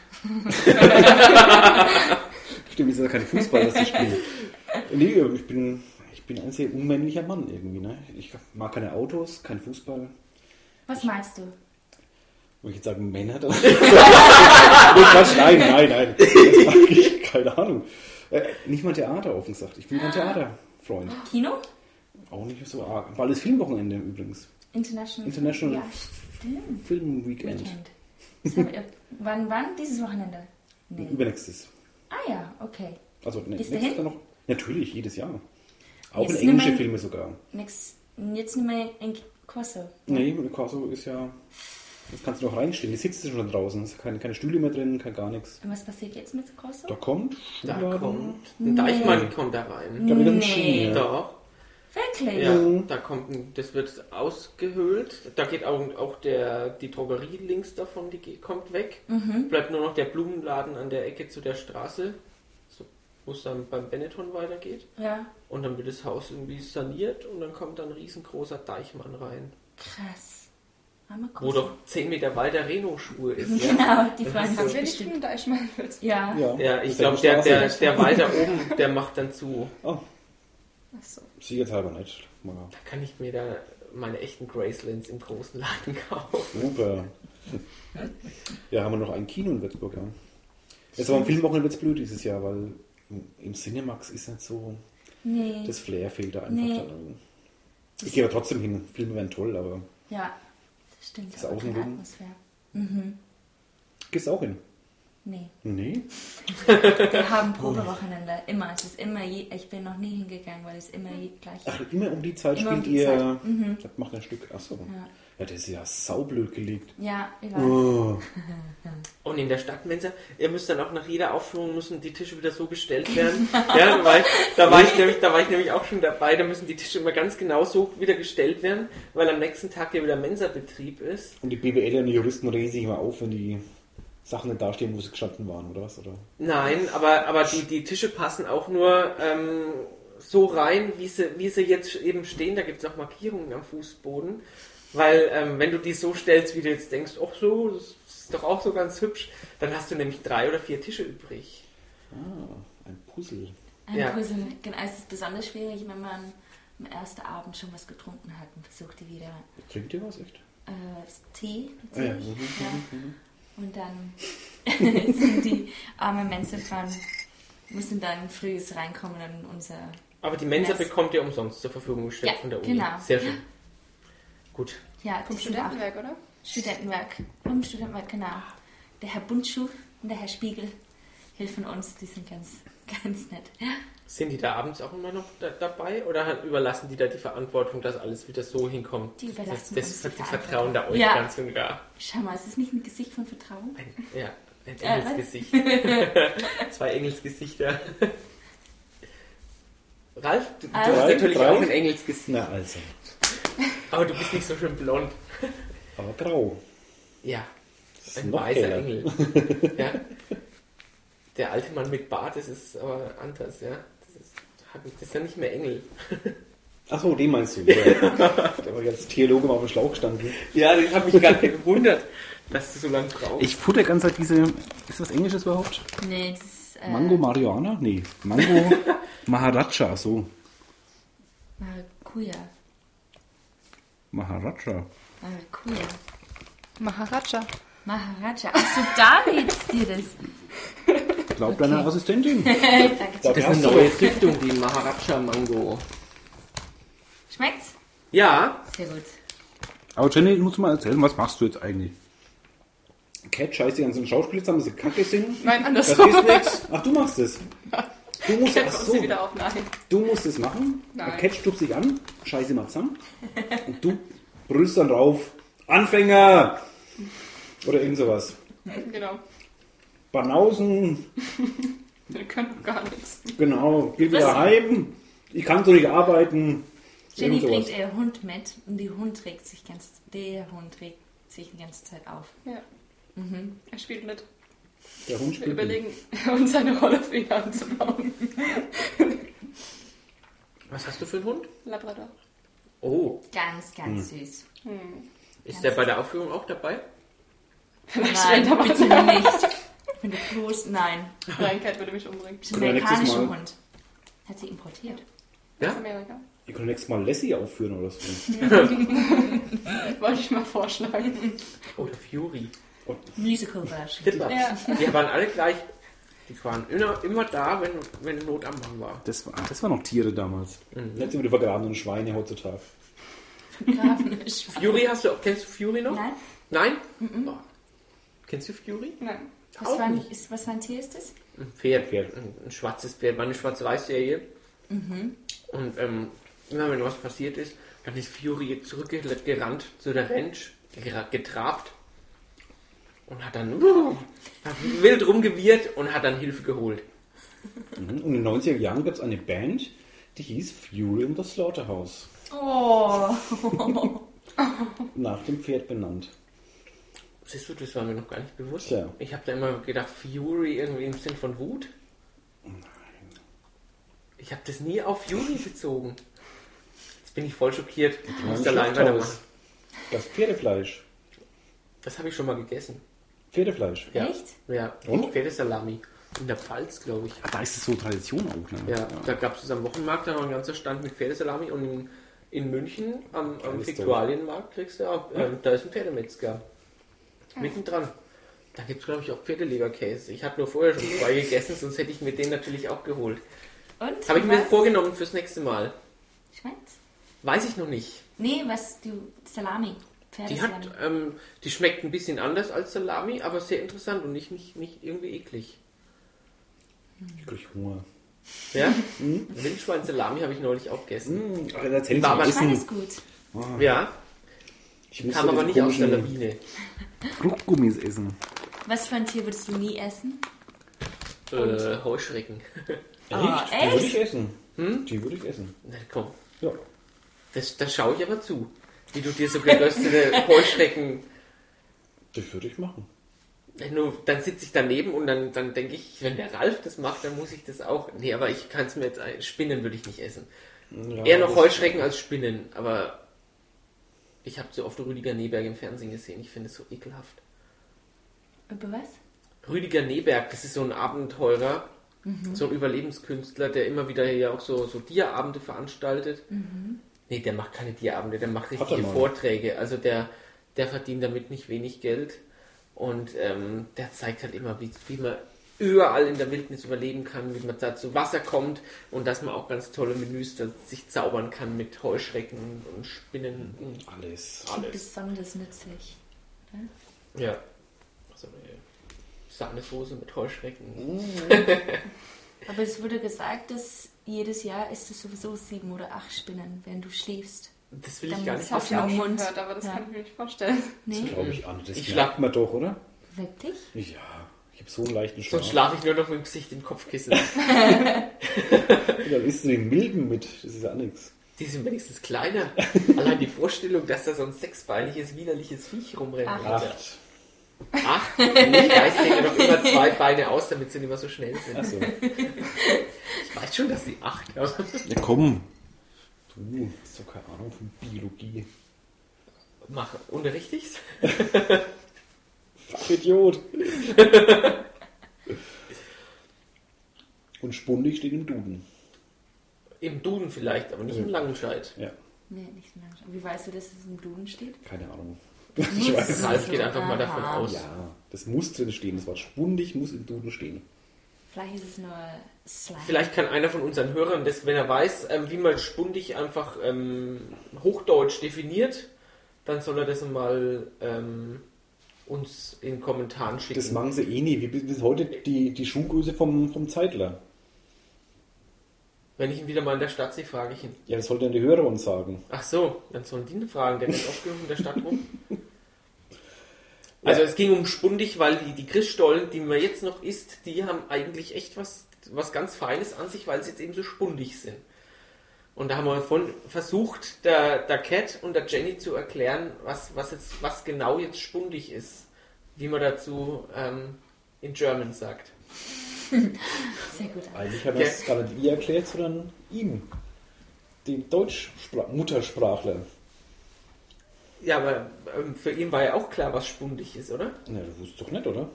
Stimmt, ist ja kein Fußball, das ich spiele. Nee, ich bin, ich bin ein sehr unmännlicher Mann irgendwie. Ne? Ich mag keine Autos, kein Fußball. Was meinst du? Wollte ich jetzt sagen, Männer? Das nee, Quatsch, nein, nein, nein. Das mag ich, keine Ahnung. Äh, nicht mal Theater, offen gesagt. Ich bin kein Theaterfreund. Kino? Auch nicht so arg. War alles Filmwochenende übrigens. International. International Ja, stimmt. Film Weekend. Weekend. Das haben wir- wann, wann? Dieses Wochenende? Nee. Übernächstes. Ah ja, okay. Also ne, Gehst du nächstes hin? Jahr noch. Natürlich, jedes Jahr. Auch Jetzt in englische nimm mal- Filme sogar. Nix. Jetzt nicht mehr in Corso. Nee, Picasso ist ja. Das kannst du noch reinstellen. Die sitzt schon draußen. Es sind keine, keine Stühle mehr drin, kein gar nichts. Und was passiert jetzt mit Corso? Da kommt. da Schuhladen. kommt ein Deichmann kommt da Ich rein. glaube, die ganzen Nee. Schienen, ja. Doch. Wirklich? Ja, da kommt ein, das wird ausgehöhlt. Da geht auch, auch der, die Drogerie links davon, die geht, kommt weg. Bleibt nur noch der Blumenladen an der Ecke zu der Straße, so, wo es dann beim Benetton weitergeht. Ja. Und dann wird das Haus irgendwie saniert und dann kommt ein riesengroßer Deichmann rein. Krass. Arme Wo Corso. doch 10 Meter weiter Reno-Schuhe ist. Ja? Genau, die Freunde Haben sind wir nicht bestimmt. einen Deichmann-Witz? Ja. Ja, ich Ist glaube, die der, der, Straße. der weiter oben, der macht dann zu. Oh, Achso. siegerhalber nicht. Mal. Da kann ich mir da meine echten Gracelands im großen Laden kaufen. Super. Ja, haben wir noch ein Kino in Würzburg, ja. Jetzt war ein Filmwochenende wird's blöd dieses Jahr, weil im Cinemax ist nicht so. Nee. Das Flair fehlt da einfach. Nee. dann. Ich gehe aber trotzdem hin. Filme wären toll, aber. ja, das stimmt. Das aber keine Außenrum. Atmosphäre. Gehst auch hin. Nee. Nee? Wir haben Probewochenende, immer. Es ist immer, je, ich bin noch nie hingegangen, weil es immer je, gleich Ach, immer um die Zeit Immer um spielt die ihr. Zeit. Das macht ein Stück. Achso. Ja. Ja. ja, das ist ja saublöd gelegt. Ja, ich weiß. Oh. Und in der Stadtmensa, ihr müsst dann auch nach jeder Aufführung müssen die Tische wieder so gestellt werden. ja, weil, da, war ich nämlich, da war ich nämlich auch schon dabei, da müssen die Tische immer ganz genau so wieder gestellt werden, weil am nächsten Tag ja wieder Mensa-Betrieb ist. Und die BWLer und die Juristen regen sich immer auf, wenn die Sachen nicht dastehen, wo sie gestanden waren, oder was? Oder? Nein, aber, aber die, die Tische passen auch nur ähm, so rein, wie sie, wie sie jetzt eben stehen. Da gibt es auch Markierungen am Fußboden. Weil ähm, wenn du die so stellst, wie du jetzt denkst, ach so, das ist doch auch so ganz hübsch, dann hast du nämlich drei oder vier Tische übrig. Ah, ein Puzzle. Ein Ja. Puzzle. Genau, es ist besonders schwierig, wenn man am ersten Abend schon was getrunken hat und versucht die wieder Trinkt ihr was echt? äh, das Tee, Ah, Tee ja. ja. und dann sind die armen Menschenfrauen müssen dann frühes reinkommen und unser Aber die Mensa Yes. bekommt ihr umsonst zur Verfügung gestellt Ja, von der Uni. genau. Sehr schön. Gut. ja die sind Vom auch- Studentenwerk, oder? Studentenwerk vom Studentenwerk genau der Herr Buntschuh und der Herr Spiegel helfen uns die sind ganz ganz nett Sind die da abends auch immer noch da, dabei oder hat- überlassen die da die Verantwortung, dass alles wieder so hinkommt? Die überlassen das, uns das, die das Vertrauen da euch Ja. ganz und gar. schau mal ist es nicht ein Gesicht von Vertrauen Ein, ja, ein Ja, Engelsgesicht. Zwei Engelsgesichter. Ralf, du, du Ralf. hast natürlich Ralf. auch ein Engelsgesicht. Na also. Aber du bist nicht so schön blond. Aber grau. Ja, Das ist ein noch weißer geiler. Engel. Ja. Der alte Mann mit Bart, das ist aber anders, ja. Das ist, hat- das ist ja nicht mehr Engel. Achso, den meinst du. Ja. Der war jetzt Theologe mal auf dem Schlauch gestanden. Ja, ich habe mich gerade gewundert, dass du so lange brauchst. Ich futter ganz halt diese. Ist das Englisches überhaupt? nee das ist, äh, Mango Marihuana? Nee. Mango Maharaja, so. Maracuja Maharaja. Ah, Maracuja Maharaja. Maharaja. Achso, da willst dir das. Glaub deiner Assistentin. Danke. das ist eine neue Richtung, die Maharaja Mango. Schmeckt's? Ja, Sehr gut. Aber Jenny, du musst mal erzählen, was machst du jetzt eigentlich? Cat scheißt die ganzen Schauspieler zusammen, dass sie kacke sind. Nein, Das andersrum. ist nichts. Ach, du machst es. Du musst, Dann ach kommst so, du wieder auf. Nein. du musst es machen. Nein. Cat stupst dich an, scheiße mal zusammen. Und du brüllst dann drauf. Anfänger! Oder irgend sowas. Genau. Banausen, Wir können gar nichts. genau, geh wieder Was? heim. Ich kann so nicht arbeiten. Jenny Irgend sowas. bringt ihr Hund mit und die Hund regt sich ganz, der Hund regt sich die ganze Zeit auf. Ja. Er spielt mit. Der Hund Wir spielt. mit. überlegen, uns eine Rolle für ihn anzubauen. was hast du für einen Hund? Labrador. Oh, Ganz, ganz süß. Hm. ist der bei der Aufführung auch dabei? wenn da Nein, was- bitte nicht. Wenn du bloß, nein. Reinkeit würde mich umbringen. Ein Oder nächstes amerikanischer Mal. Hund. Hat sie importiert. Ja? Aus Amerika. Ihr könnt nächstes Mal Lassie aufführen oder so. Wollte ich mal vorschlagen. Oder Oh, Fury? Musical Version. Hitler. Ja. Die waren alle gleich. Die waren immer, immer da, wenn, wenn Not am Mann war. Das, war, das waren noch Tiere damals. Mhm. Jetzt sind wir die vergrabenen Schweine heutzutage. Grabene Schweine. Fury hast du, kennst du Fury noch? Nein? Nein? Oh. Kennst du Fury? Nein. Was Auch für, ein, nicht. ist, was für ein Tier ist das? Ein Pferd, Pferd. Ein, ein schwarzes Pferd, war eine schwarz-weiß-Serie. Und ähm, immer wenn was passiert ist, dann ist Fury zurückgerannt zu der Ranch, gera- getrabt und hat dann hat wild rumgewirrt und hat dann Hilfe geholt. Mhm. Und in den 90er Jahren gab es eine Band, die hieß Fury in the Slaughterhouse. Oh. Nach dem Pferd benannt. Siehst du, das war mir noch gar nicht bewusst. Tja. Ich habe da immer gedacht, Fury irgendwie im Sinn von Wut. Ich habe das nie auf Fury bezogen. Jetzt bin ich voll schockiert. Ich muss Ein allein Schlachthaus. weitermachen. Das Pferdefleisch. Das habe ich schon mal gegessen. Pferdefleisch. Ja. Echt? Ja, Und? Pferdesalami. In der Pfalz, glaube ich. Ah, Da ist es so Tradition auch, ne? Ja, da gab es am Wochenmarkt da war ein ganzer Stand mit Pferdesalami und in, in München am, am Geiles Viktualienmarkt kriegst du auch, ähm, da ist ein Pferdemetzger. Ah. Mittendran. Da gibt es, glaube ich, auch Pferdeleberkäse. Ich habe nur vorher schon zwei gegessen, sonst hätte ich mir den natürlich auch geholt. Und? Habe ich mir was? vorgenommen fürs nächste Mal. Schmeckt's? Weiß ich noch nicht. Nee, was du. Salami. Die hat, ähm, die schmeckt ein bisschen anders als Salami, aber sehr interessant und nicht, nicht, nicht irgendwie eklig. Ich krieg Hunger. Ja? Wildschwein-Salami habe ich neulich auch gegessen. Hm, aber erzähl War mal aber- Schwein Essen. ist gut. Ja, Ich muss kam so aber diese nicht aus der komischen Lawine. Fruchtgummis essen. Was für ein Tier würdest du nie essen? Äh, Heuschrecken. Ah, Die würde echt? ich essen. Die würde ich essen. Na komm, Ja. das, da schaue ich aber zu, wie du dir so geröstete Heuschrecken Das würde ich machen. Wenn du, dann sitze ich daneben und dann, dann denke ich, wenn der Ralf das macht, dann muss ich das auch. Nee, aber ich kann es mir jetzt ein. Spinnen würde ich nicht essen. Ja, Eher noch das- Heuschrecken als Spinnen, aber ich habe so oft Rüdiger Neberg im Fernsehen gesehen. Ich finde es so ekelhaft. Über was? Rüdiger Neberg, das ist so ein Abenteurer, so ein Überlebenskünstler, der immer wieder ja auch so, so Tierabende veranstaltet. Nee, der macht keine Tierabende, der macht richtige mal. Vorträge. Also der, der verdient damit nicht wenig Geld. Und ähm, der zeigt halt immer, wie, wie man überall in der Wildnis überleben kann, wie man da zu Wasser kommt und dass man auch ganz tolle Menüs da sich zaubern kann mit Heuschrecken und Spinnen und Alles. Klingt alles. besonders nützlich. Ja. So eine Sahnesoße mit Heuschrecken. Aber es wurde gesagt, dass jedes Jahr isst du sowieso sieben oder acht Spinnen, wenn du schläfst. Das will ich Dann gar muss nicht es auf wissen. den Ich habe auch schon Mund. gehört, aber das Ja. kann ich mir nicht vorstellen. Das Nee? glaube ich an. Das Ich ich schlaf- merkt man doch, oder? Wirklich? Ja. Ich habe so einen leichten Schlaf. Sonst schlafe ich nur noch mit dem Gesicht im Kopfkissen. Und dann isst du den Milben mit. Das ist ja nichts. Die sind wenigstens kleiner. Allein die Vorstellung, dass da so ein sechsbeiniges, widerliches Viech rumrennt. Acht. Acht. Acht? Nee, Geister hängen doch immer zwei Beine aus, damit sie nicht mehr so schnell sind. Achso. Ich weiß schon, dass sie acht haben. Ja, komm. Du hast doch keine Ahnung von Biologie. Mach, unterrichte ich's? Idiot. Und spundig steht im Duden. Im Duden vielleicht, aber nicht im Langenscheid. Ja, Nee, nicht so langsam. Wie weißt du, dass es im Duden steht? keine Ahnung. Ich Das heißt, geht einfach mal davon aus. Ja, das muss drin stehen. Das Wort spundig muss im Duden stehen. Vielleicht ist es nur Slang. Vielleicht kann einer von unseren Hörern das, wenn er weiß, ähm, wie man spundig einfach ähm, Hochdeutsch definiert, dann soll er das mal ähm, uns in Kommentaren schicken. Das machen sie eh nie. Wie bis bis heute die, die Schuhgröße vom, vom Zeitler. Wenn ich ihn wieder mal in der Stadt sehe, frage ich ihn. Ja, das sollten dann die Hörer uns sagen. Ach so, dann sollen die ihn fragen, der wird aufgerufen in der Stadt rum. Also es ging um Spundig, weil die, die Christstollen, die man jetzt noch isst, die haben eigentlich echt was, was ganz Feines an sich, weil sie jetzt eben so spundig sind. Und da haben wir von versucht, der, der Cat und der Jenny zu erklären, was, was, jetzt, was genau jetzt spundig ist. Wie man dazu ähm, in German sagt. Sehr gut. Eigentlich haben wir es gar nicht ihr erklärt, sondern ihm. Dem Deutsch-Muttersprachler. Ja, aber ähm, für ihn war ja auch klar, was spundig ist, oder? Na, du wusstest doch nicht, oder?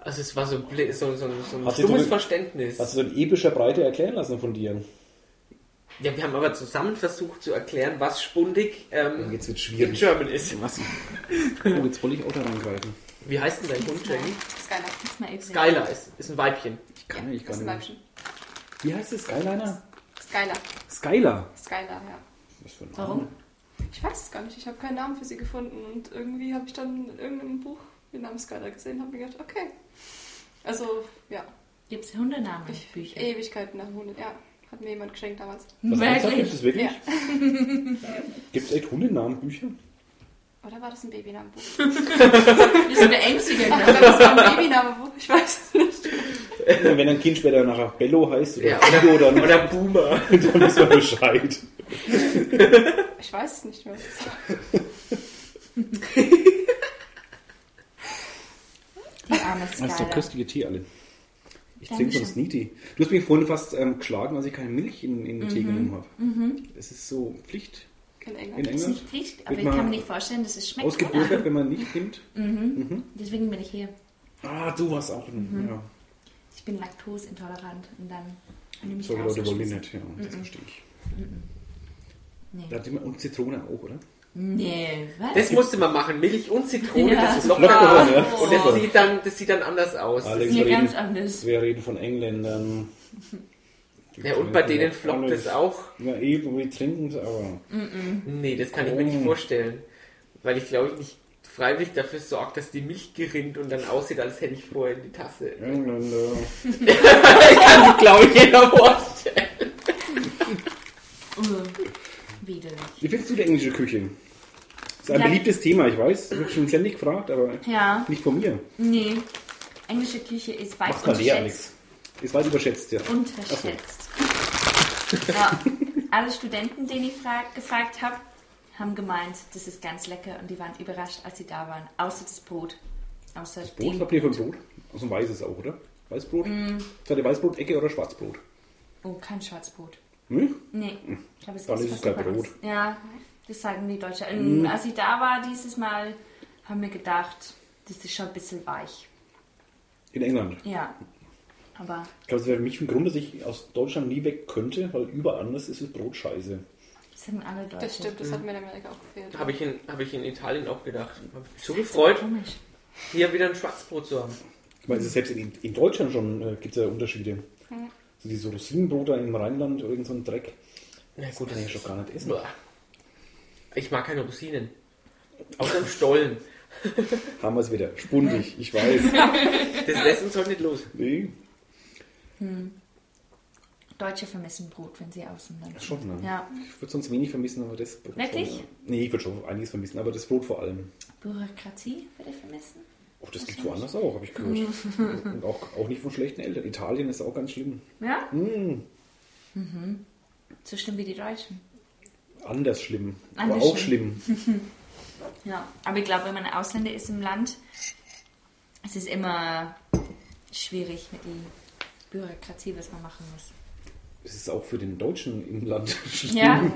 Also es war so, ein Bli- so, so, so ein Hat sie stummes so- Verständnis. Hast du so in epischer Breite erklären lassen von dir? Ja, wir haben aber zusammen versucht zu erklären, was spundig ähm, Jetzt wird in schwierig. German ist. Was? Oh, jetzt wollte ich auch da reingreifen. Wie heißt denn dein Hund, Jenny? Skyline. Jetzt mal eben. Skylar ist, ist ein Weibchen. Ich kann nicht, ich Das kann ist ein nicht. Weibchen. Wie heißt es? Skyliner? Skylar. Skyler. Skylar, ja. Was für ein Warum? Ich weiß es gar nicht. Ich habe keinen Namen für sie gefunden. Und irgendwie habe ich dann in irgendeinem Buch den Namen Skylar gesehen und habe mir gedacht, okay. Also, ja. Gibt es Hundenamen? Ich, Bücher. Ewigkeiten nach 100. Ja, hat mir jemand geschenkt damals. Was ernsthaft? Gibt Wirklich? es wirklich? Ja. Gibt es echt Hundenamenbücher? Oder war das ein Babynamenbuch? Wie so eine Ängstige. Ach, das war ein Babynamenbuch. Ich weiß es nicht. Wenn ein Kind später nachher Bello heißt oder Ja, Fido, oder, dann, oder Boomer. dann wissen wir Bescheid. Ich weiß es nicht mehr. Das war- Die arme Skylar. köstliche Tee alle. Ich Dankeschön. trinke sonst nie Tee. Du hast mich vorhin fast ähm, geschlagen, als ich keine Milch in, in den Mhm. Tee genommen habe. Es ist so Pflicht In in Das England. ist England. nicht Pflicht, aber Wird ich kann mal mir nicht vorstellen, dass es schmeckt. Ausgebürgert, oder? wenn man nicht nimmt. Mhm. Deswegen bin ich hier. Ah, du hast auch Mhm. einen. Ja. Ich bin laktoseintolerant und dann nehme ich Solche Leute wollen die rausgeschmissen. nicht, ja, Mhm. das verstehe ich. Nee. Da hat immer, und Zitrone auch, oder? Nee, was? Das musste man machen. Milch und Zitrone, Ja. das ist Locker, locker. ja. Und das sieht, dann, das sieht dann anders aus. Alle- ist mir reden. ganz anders. Wir reden von Engländern. Ja, und bei denen flockt es auch. Ja, eben, wir eh, trinken es aber. Mhm. Nee, das kann ich mir nicht Oh. vorstellen. Weil ich glaube ich nicht freiwillig dafür sorgt, dass die Milch gerinnt und dann aussieht, als hätte ich vorher in die Tasse. Das kann sich, glaube ich, jeder vorstellen. Oh, Widerlich. Wie findest du die englische Küche? Ist ein Ja. beliebtes Thema, ich weiß. Wird schon ständig gefragt, aber Ja, nicht von mir. nee. Englische Küche ist weit Macht eh mal leer, unterschätzt. Alex. Ist weit überschätzt, ja. Unterschätzt. ja. Alle Studenten, denen ich frag, gefragt habe, haben gemeint, das ist ganz lecker und die waren überrascht, als sie da waren. Außer das Brot. Außer das Brot, dem habt ihr für ein Brot? Also ein weißes auch, oder? Weißbrot? Mm. Seid ihr Weißbrot, Ecke oder Schwarzbrot? Oh, kein Schwarzbrot. Hm? Nee, ich glaube, es Dann gibt's ist es kein fast überall. Brot. Hm. Ja, das sagen die Deutschen. Ähm, Als ich da war dieses Mal, haben wir gedacht, das ist schon ein bisschen weich. In England. Ja, aber Ich glaube, das wäre für mich ein Grund, dass ich aus Deutschland nie weg könnte, weil überall anders ist es Brot scheiße. das sind alle Deutsche. Das stimmt, das hat mir in Amerika auch gefehlt. Habe ich, in- hab ich in Italien auch gedacht. Hab mich so gefreut, Komisch. hier wieder ein Schwarzbrot zu haben. Ich meine, es ist selbst in, in Deutschland schon äh, gibt es ja Unterschiede. So diese Rosinenbrote im Rheinland oder irgend so ein Dreck. Na Gut, kann ich ja schon gar nicht essen. Boah. Ich mag keine Rosinen. Außer im Stollen. Haben wir es wieder. Spundig, ich weiß. Das lässt uns heute nicht los. nee. Deutsche vermissen Brot, wenn sie außen sind. Schon, ne? Ja, Ich würde sonst wenig vermissen, aber das Brot. Wirklich? Schon, ja. nee, ich würde schon einiges vermissen, aber das Brot vor allem. Bürokratie würde ich vermissen. Oh, das gibt woanders auch, habe ich gehört. Und auch, auch nicht von schlechten Eltern. Italien ist auch ganz schlimm. Ja? Mhm. Mm, So schlimm wie die Deutschen. anders schlimm. aber Anders auch schlimm. schlimm. Ja, aber ich glaube, wenn man ein Ausländer ist im Land, es ist immer schwierig mit der Bürokratie, was man machen muss. Es ist auch für den Deutschen im Land schlimm. Ja, Mhm.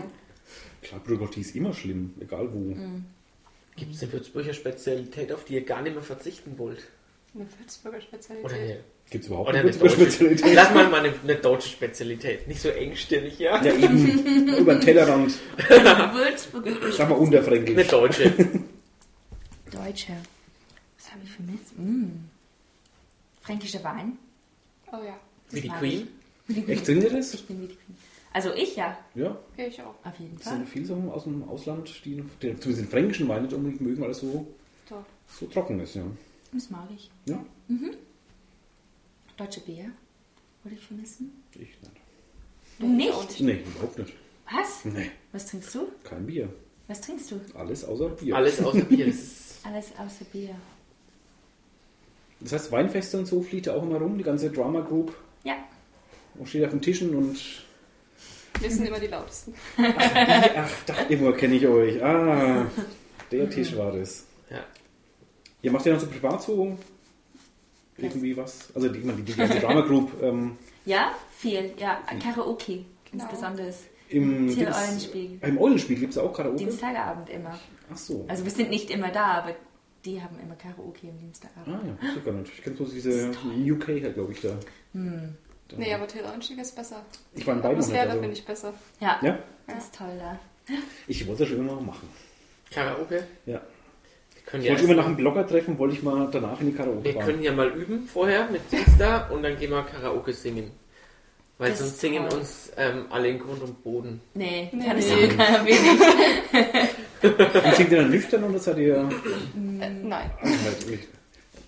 Klar, Bürokratie ist immer schlimm, egal wo. Gibt es eine Würzburger Spezialität, auf die ihr gar nicht mehr verzichten wollt? Eine Würzburger Spezialität. Oder eine, Gibt es überhaupt oder eine eine Würzburger deutsche Spezialität? Lass mal mal eine, eine deutsche Spezialität. Nicht so engstirnig, ja? Ja, eben. Über den Tellerrand. Würzburg. Sag mal unterfränkisch. Eine deutsche. Deutsche. Was habe ich vermisst? Mm. Fränkischer Wein. Oh ja, Wie die Queen. Echt, sind ihr das? Ich bin wie die Queen. Also ich ja, Ja. gehe ich auch. auf jeden Es sind Fall. viele Sachen aus dem Ausland, die, die zumindest den fränkischen Wein nicht unbedingt mögen, weil es so, Doch. so trocken ist, ja. Das mag ich. Ja, Deutsche Bier würde ich vermissen. ich nicht. Du auch nicht? nicht. Nee, überhaupt nicht. Was? Nee, Was trinkst du? kein Bier. Was trinkst du? Alles außer Bier. Alles außer Bier. Das ist Alles außer Bier. Das heißt, Weinfeste und so fliegt ja auch immer rum, die ganze Drama Group. Ja. Und steht auf den Tischen und. Wir sind immer die lautesten. Ach, da irgendwo kenne ich euch. Ah, Mhm. der Tisch war das. ja. Ihr macht ja dann so privat so irgendwie was. Also die, ich meine, die, die ganze Drama Group ähm, Ja? Viel. Ja. Karaoke. Ganz Genau. besonders. im. Till gibt's- Eulenspiegel. Im Eulenspiel gibt es auch Karaoke. Dienstagabend immer. Ach so. Also wir sind nicht immer da, aber die haben immer Karaoke am Dienstagabend. ah ja, wusste ich gar nicht. Ich kenne bloß diese UK halt, glaube ich, da. Da. Nee, aber Taylor und Schick ist besser. ich war in beiden Atmosphäre also- finde ich besser. Ja. Ja? Das ist toll da. Ich wollte das schon immer mal machen. Karaoke. Ja. Wir können Ich ja, wollte immer nach erst- einem Blogger treffen, wollte ich mal danach in die Karaoke wir fahren. können ja mal üben vorher mit Insta und dann gehen wir Karaoke singen. Weil Das sonst ist singen toll. uns ähm, alle in Grund und Boden. Nee, Nee. kann ich auch keiner wenig. Und singt ihr dann nüchtern oder seid ihr. Äh, nein.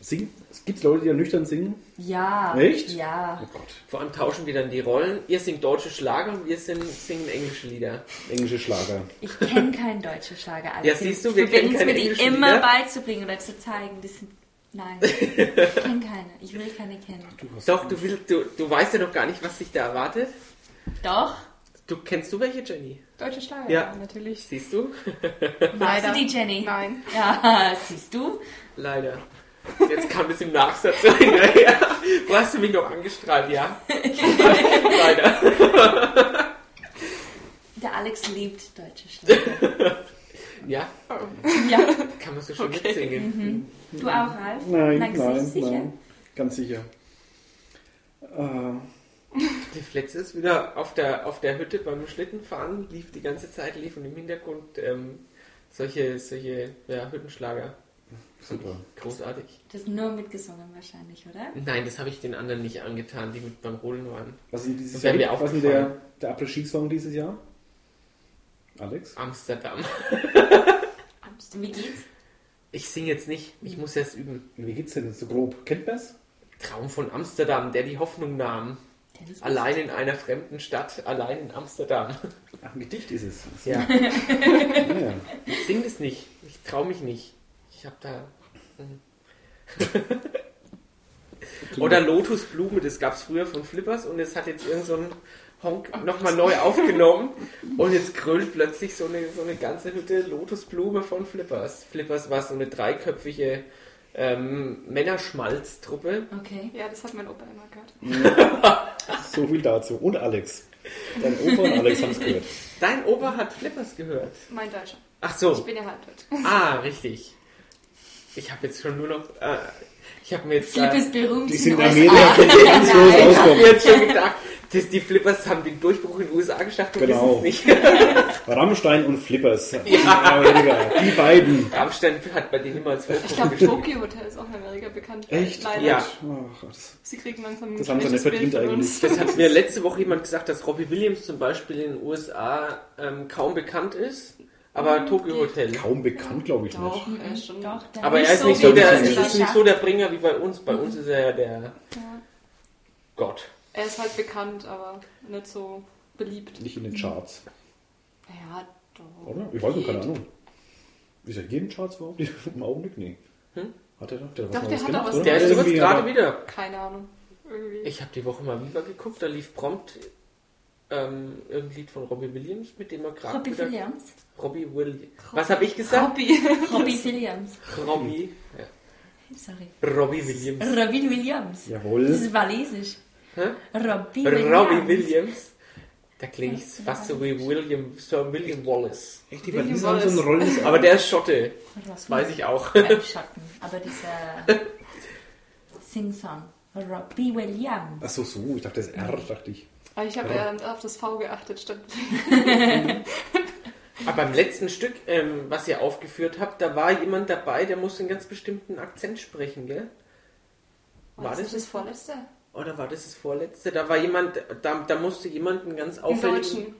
Singen? Es gibt Leute, die ja nüchtern singen. Ja. Echt? Ja. Oh Gott. Vor allem tauschen wir dann die Rollen. Ihr singt deutsche Schlager und wir singen, singen englische Lieder. Englische Schlager. Ich kenne keinen deutschen Schlager. Alex. Ja, siehst du, wir Ich kennen verbinde es keine mir, die englischen immer Lieder. beizubringen oder zu zeigen. Die sind, nein, ich kenne keine. Ich will keine kennen. Du hast Doch, du, willst, du, du weißt ja noch gar nicht, was dich da erwartet. Doch, Du kennst du welche, Jenny? Deutsche Schlager. Ja. natürlich. Siehst du? warst du die Jenny? Nein. Ja, siehst du? Leider. Jetzt kam das im Nachsatz hinterher. Du hast mich noch angestrahlt, ja? Leider. Der Alex liebt deutsche Schlager. Ja, Ja, kann man so schön mitsingen. du auch, Ralf? Nein, Nein, nein, ganz nein, sicher. Ganz sicher. Äh, Die Fletz ist wieder auf der, auf der Hütte beim Schlittenfahren, lief die ganze Zeit, lief und im Hintergrund ähm, solche, solche ja, Hüttenschlager. super. Großartig. Das ist nur mitgesungen wahrscheinlich, oder? Nein, das habe ich den anderen nicht angetan, die mit beim Rodeln waren. Was ist denn dieses Das wäre mir Jahr? Was ist denn der, aufgefallen. der Après-Ski-Song dieses Jahr? Alex? Amsterdam. Wie geht's? Ich singe jetzt nicht, ich muss erst üben. Wie geht's denn so grob? Kennt man's? Traum von Amsterdam, der die Hoffnung nahm. Der nicht- Allein in einer fremden Stadt, allein in Amsterdam. Ach, ein Gedicht ist es. Ach so, Ja, ja. ich singe das nicht. Ich traue mich nicht. Ich habe da. hm. Oder Lotusblume, das gab es früher von Flippers und das hat jetzt irgend so ein Honk nochmal neu aufgenommen und jetzt krölt plötzlich so eine, so eine ganze Hütte Lotusblume von Flippers. Flippers war so eine dreiköpfige ähm, Männerschmalztruppe. Okay. Ja, das hat mein Opa immer gehört. so viel dazu. Und Alex. Dein Opa und Alex haben es gehört. Dein Opa hat Flippers gehört. Mein Deutscher. Ach so. Ich bin ja halbdeutsch. Ah, richtig. Ich habe jetzt schon nur noch. Äh, ich habe mir jetzt. Philipp Äh, ist berühmt. Die in sind in den USA. Amerika, können die ganz groß ich habe mir rauskommen. jetzt schon gedacht, dass die Flippers haben den Durchbruch in den USA geschafft und Genau. wissen es nicht. Rammstein und Flippers. In Amerika. Die beiden. Rammstein hat bei denen immer als Ich Hochburg glaube, Tokyo Hotel ist auch in Amerika bekannt. Echt? Leider. Ja. Ach, das- Sie kriegen langsam ein Das haben sie schlechtes nicht verdient Bild von uns. Das hat mir letzte Woche jemand gesagt, dass Robbie Williams zum Beispiel in den USA ähm, kaum bekannt ist, aber Tokyo geht. Hotel. kaum bekannt, glaube ich Doch, nicht. er ist schon. Doch, da Aber ist er ist so nicht viel so, der, Wissenschaft. es ist nicht so der Bringer wie bei uns. Bei uns ist er ja der Ja. Gott. Er ist halt bekannt, aber nicht so beliebt. Nicht in den Charts. Ja, doch. Oder? Ich weiß noch, keine Geht. Ahnung. Ist er hier in den Charts überhaupt? Im Augenblick? Nee. Hat er doch? Der hat Hm? Doch, was der Neues hat gemacht, auch was- oder? Der ist doch jetzt Irgendwie, gerade aber- wieder Keine Ahnung. Irgendwie. Ich habe die Woche mal Viva geguckt, da lief prompt ähm, irgendein Lied von Robbie Williams, mit dem er gerade Robbie Williams. Robbie Williams. Was habe ich gesagt? Hobby. Robbie Williams. Robbie. Ja. Sorry. Robbie Williams. Robin Williams. Das Jawohl. ist walisisch. Hä? Robbie Williams. Robbie Williams. Da klingt es fast so wie William, Sir William Wallace. Echt, William Waliser haben Wallace. rollendes Aber der ist Schotte, das Robbie weiß ich auch. Kein Schatten. Aber dieser Sing-Song. Robbie Williams. Ach so, so. Ich dachte, das R, dachte ich. Aber ich habe Ja. eher auf das V geachtet statt. Aber beim letzten Stück, ähm, was ihr aufgeführt habt, da war jemand dabei, der musste einen ganz bestimmten Akzent sprechen, gell? War das das vorletzte? Oder war das das vorletzte? Da war jemand, da, da musste jemand einen ganz Im auffälligen deutschen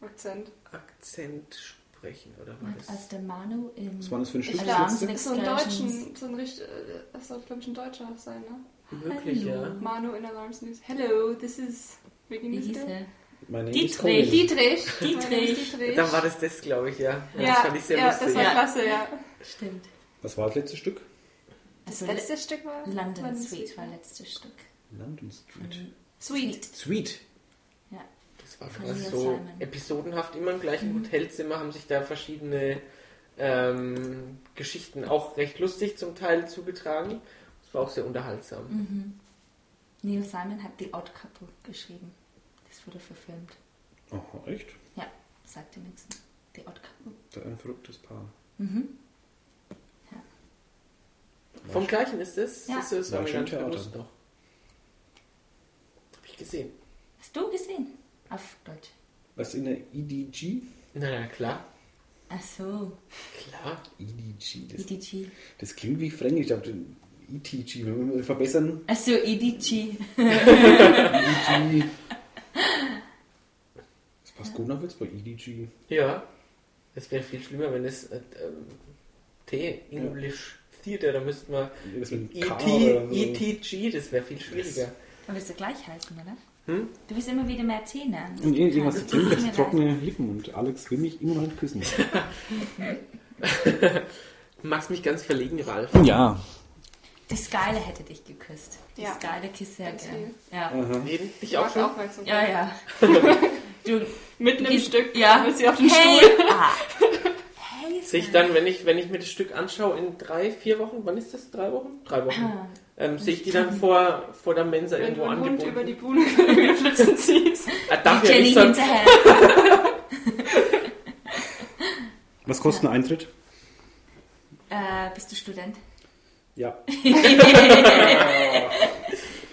Akzent. Akzent sprechen, oder war das? also, Als der Manu in Was war das für ein Stück? Ich Das glaube, letzte? so ein deutschen, so ein richtig, äh, das soll glaube ich ein Deutscher sein, ne? Möglich, ja. Manu in Alarms News. Hello, this is. Wie ging Wie das hieß denn? er? Meine Dietrich. Dietrich. Dietrich. Dietrich. Mein Name ist Dietrich. Dann war das das, glaube ich, ja. ja, Das fand ich sehr ja, lustig. das war Ja. klasse, ja. Stimmt. Was war das letzte Stück? Das Also, letzte Stück war. war London das- Suite war letztes Stück. London Street. Äh. Sweet. Sweet. Ja. Das war Von krass. Neil so Simon. Mhm. episodenhaft immer im gleichen Hotelzimmer, haben sich da verschiedene ähm, Geschichten auch recht lustig zum Teil zugetragen. Das war auch sehr unterhaltsam. Neil Simon hat The Odd Couple geschrieben. Das wurde verfilmt. Oh, echt? Ja, sagte Nixon. The Odd Couple. Da ein verrücktes Paar. Vom gleichen ist es. Mhm. Ja. Siehst du, Das war War mir schon ganz Theater. bewusst noch. Hab ich gesehen. Hast du gesehen? Auf Deutsch. Was in der E EDG? Na ja, klar. Ach so, E Klar. EDG, E E das, EDG. das klingt wie fränkisch. Ich dachte, ETG, wenn wir verbessern. Ach so, E EDG. EDG. Das passt gut nach jetzt bei E EDG. Ja. Es wäre viel schlimmer, wenn es äh, ähm, T, English Theater, da müssten wir E Das mit dem K oder so. ET, ETG, das wäre viel schwieriger. Dann wirst du gleich heißen, oder? Hm? Du wirst immer wieder mehr Tee nennen. Und irgendwas zu Tut trinken, mir das leid. trockene Lippen und Alex will mich irgendwann küssen. Du machst mich ganz verlegen, Ralf. Ja. Das Geile hätte dich geküsst. Das Ja. Geile Küsse Ganz hätte. viel. Ja. Reden dich Ich auch mag schon? Aufmerksamkeit. ja, ja. Du Mitten im gehst- Stück. ja. Ist sie auf den hey, Stuhl. Ah. Hey, Sehe ich dann, wenn ich, wenn ich mir das Stück anschaue, in drei, vier Wochen, wann ist das? Drei Wochen? Drei Ah. Wochen. Ähm, Sehe ich die dann vor, vor der Mensa Wenn du irgendwo einen Hund über angebunden? die Bühne flitzen ziehst. Ah, darf die ja Jenny nicht sonst. hinterher. Was kostet ein Eintritt? Äh, bist du Student? Ja.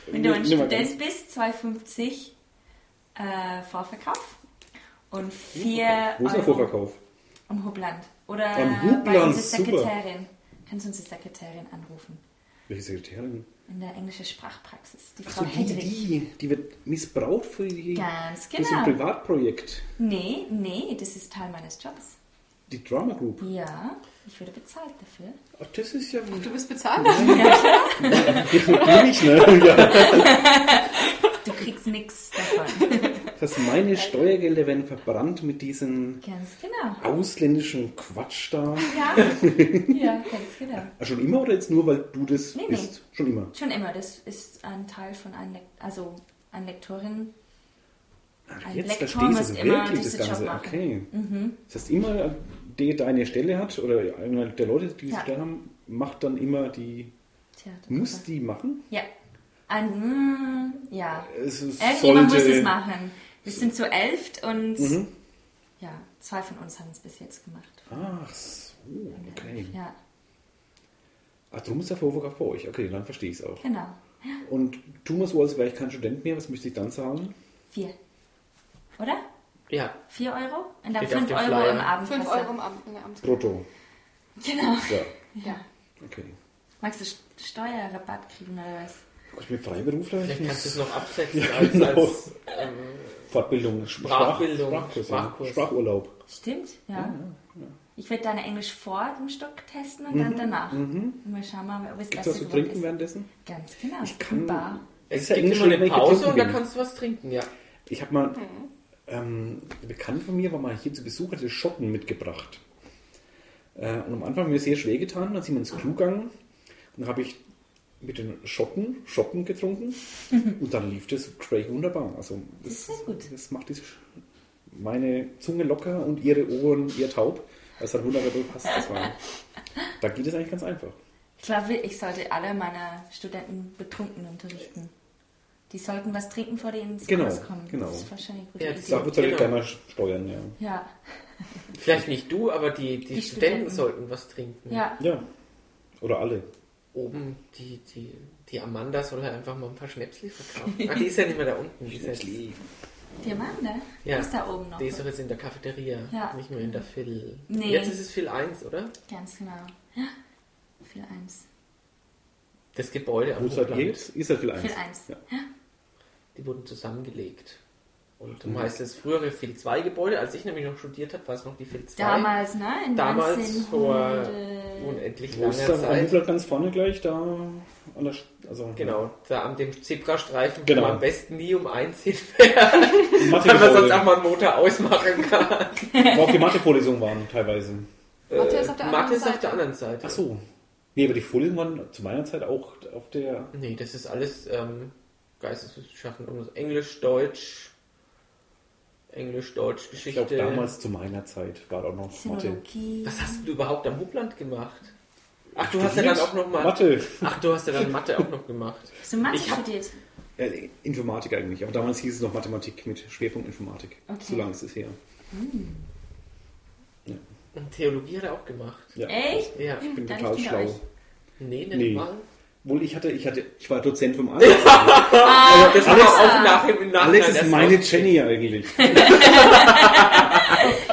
Wenn du ein Nimm mal ganz. Student bist, 2,50 äh, Vorverkauf und Wo ist 4 der Euro Vorverkauf? am Hubland. Oder Am Hubland, bei unserer super. Sekretärin. Kannst du unsere Sekretärin anrufen? Welche Sekretärin? In der englischen Sprachpraxis. Die Ach Frau so, die, Hedwig. die, die wird missbraucht für die, Ganz für so ein genau. Privatprojekt. Nee, nee, das ist Teil meines Jobs. Die Drama Group. Ja, ich wurde bezahlt dafür. Ach, das ist ja. Du bist bezahlt? Wenig, ne? ja. Du kriegst nichts davon. Dass meine Steuergelder werden verbrannt mit diesem ganz genau. ausländischen Quatsch da. Ja. ja, ganz genau. Ah, schon immer oder jetzt nur, weil du das Nee, nee. bist? Schon immer. Schon immer, das ist ein Teil von einem Lek also eine Lektorin. Ach, Ein jetzt Lektor verstehst du muss es immer wirklich, das diesen Ganze. Job machen. Mhm. Okay. Das heißt, immer der deine Stelle hat oder einer der Leute, die diese Ja. Stelle haben, macht dann immer die. Theatergruppe. Muss die machen? Ja. Ein, mm, ja. Es es Irgendjemand sollte- Mhm. muss es machen. Wir sind zu elft und ja, zwei von uns haben es bis jetzt gemacht. Ach so, okay. Ja, Ach, drum ist der Vorwurf auch bei euch. Okay, dann verstehe ich es auch. genau. Und tu mal so, als wäre ich kein Student mehr. Was müsste ich dann sagen? Vier. Oder? Ja, Vier Euro? Und dann Steht auf fünf dem Euro Flyer. im Abend. 5 Euro im Amt. In der Amt. Brutto. Genau. Ja, Ja. okay. Magst du St- Steuerrabatt kriegen oder was? Ich bin Freiberufler. Ich vielleicht kannst du es muss noch absetzen Ja, als, genau. als ähm, Fortbildung, Sprachbildung, Sprach, Sprachkurs, ja. Sprachkurs. Sprachurlaub. Stimmt, ja. Ich werde deine Englisch vor dem Stock testen und dann danach. Und wir schauen mal, ob es Mhm. Gibt's besser was zu geworden trinken währenddessen? ist. Ganz genau. Ich kann- Bar. es ist ja gibt Englisch, immer eine wenn ich Pause getrunken und da bin. kannst du was trinken, ja. Ich habe mal, ähm, ein Bekannter von mir war mal hier zu Besuch, hatte Schotten mitgebracht. Äh, und am Anfang haben wir sehr schwer getan, dann sind wir ins Crew gegangen und dann habe ich mit den Schotten Schoppen getrunken und dann lief das Craig wunderbar. Also Mhm. das, Das ist gut. das macht diese, Sch- meine Zunge locker und ihre Ohren eher taub. Das hat wunderbar gepasst. Das war, da geht es eigentlich ganz einfach. Ich glaube, ich sollte alle meiner Studenten betrunken unterrichten. Die sollten was trinken, vor denen sie Genau, rauskommen. genau. Das ist wahrscheinlich eine Ja, gute das Da Idee. wird es halt Genau. gerne mal steuern, ja. Ja, Vielleicht nicht du, aber die, die, Die Studenten Studenten. sollten was trinken. ja. Ja. Oder alle. Oben, die, die, die Amanda soll halt einfach mal ein paar Schnäpsli verkaufen. Ah, die ist ja nicht mehr da unten. Die ist, jetzt, die Die Amanda? Ja. Die ne? ist da oben noch. ist doch jetzt in der Cafeteria, Ja. nicht mehr in der Phil. Nee. Jetzt ist es Phil 1, oder? Ganz genau. Ja. Viel eins. Das Gebäude am Wo seid ihr Hochland. jetzt? Ist halt viel eins. Viel eins. Ja. Die wurden zusammengelegt. Und hm. um heißt das frühere Phil 2 Gebäude, als ich nämlich noch studiert habe, war es noch die Phil 2. Damals, ne? nein. Damals vor 1900 unendlich Wo langer ist das? Am Zeit. Hubler ganz vorne gleich, da an der Sch- also Genau, da an dem Zebrastreifen, Genau. wo man am besten nie um eins hinfährt, Die Mathe weil man sonst auch Gebäude, mal einen Motor ausmachen kann. wo auch die Mathevorlesungen waren teilweise. Mathe ist auf der Mathe anderen Äh, ist auf der Seite. anderen Seite. Ach so. Nee, aber die Vorlesungen waren zu meiner Zeit auch auf der Nee, das ist alles ähm, Geisteswissenschaften. irgendwas. Englisch, Deutsch, Englisch, Deutsch, ich Geschichte. glaube damals zu meiner Zeit war auch noch Mathe. Sinologie. Was hast du überhaupt am Hubland gemacht? Ach, du hast ja Studiert? dann auch noch mal... Mathe. Ach, du hast ja dann Mathe auch noch gemacht. Hast du Mathe Ich hab- studiert? Äh, Informatik eigentlich, aber damals hieß es noch Mathematik mit Schwerpunkt Informatik. Okay. So lange ist es her. Und Theologie hat er auch gemacht. Ja. Echt? Ja. Ich bin Dann total ich bin schlau. euch. Nee, nicht Nee. mal. Wohl ich hatte, ich hatte, ich war Dozent vom Alex. Aber das Alex, auch nach, im Nachhinein Also Alex ist erst meine raus- Jenny eigentlich.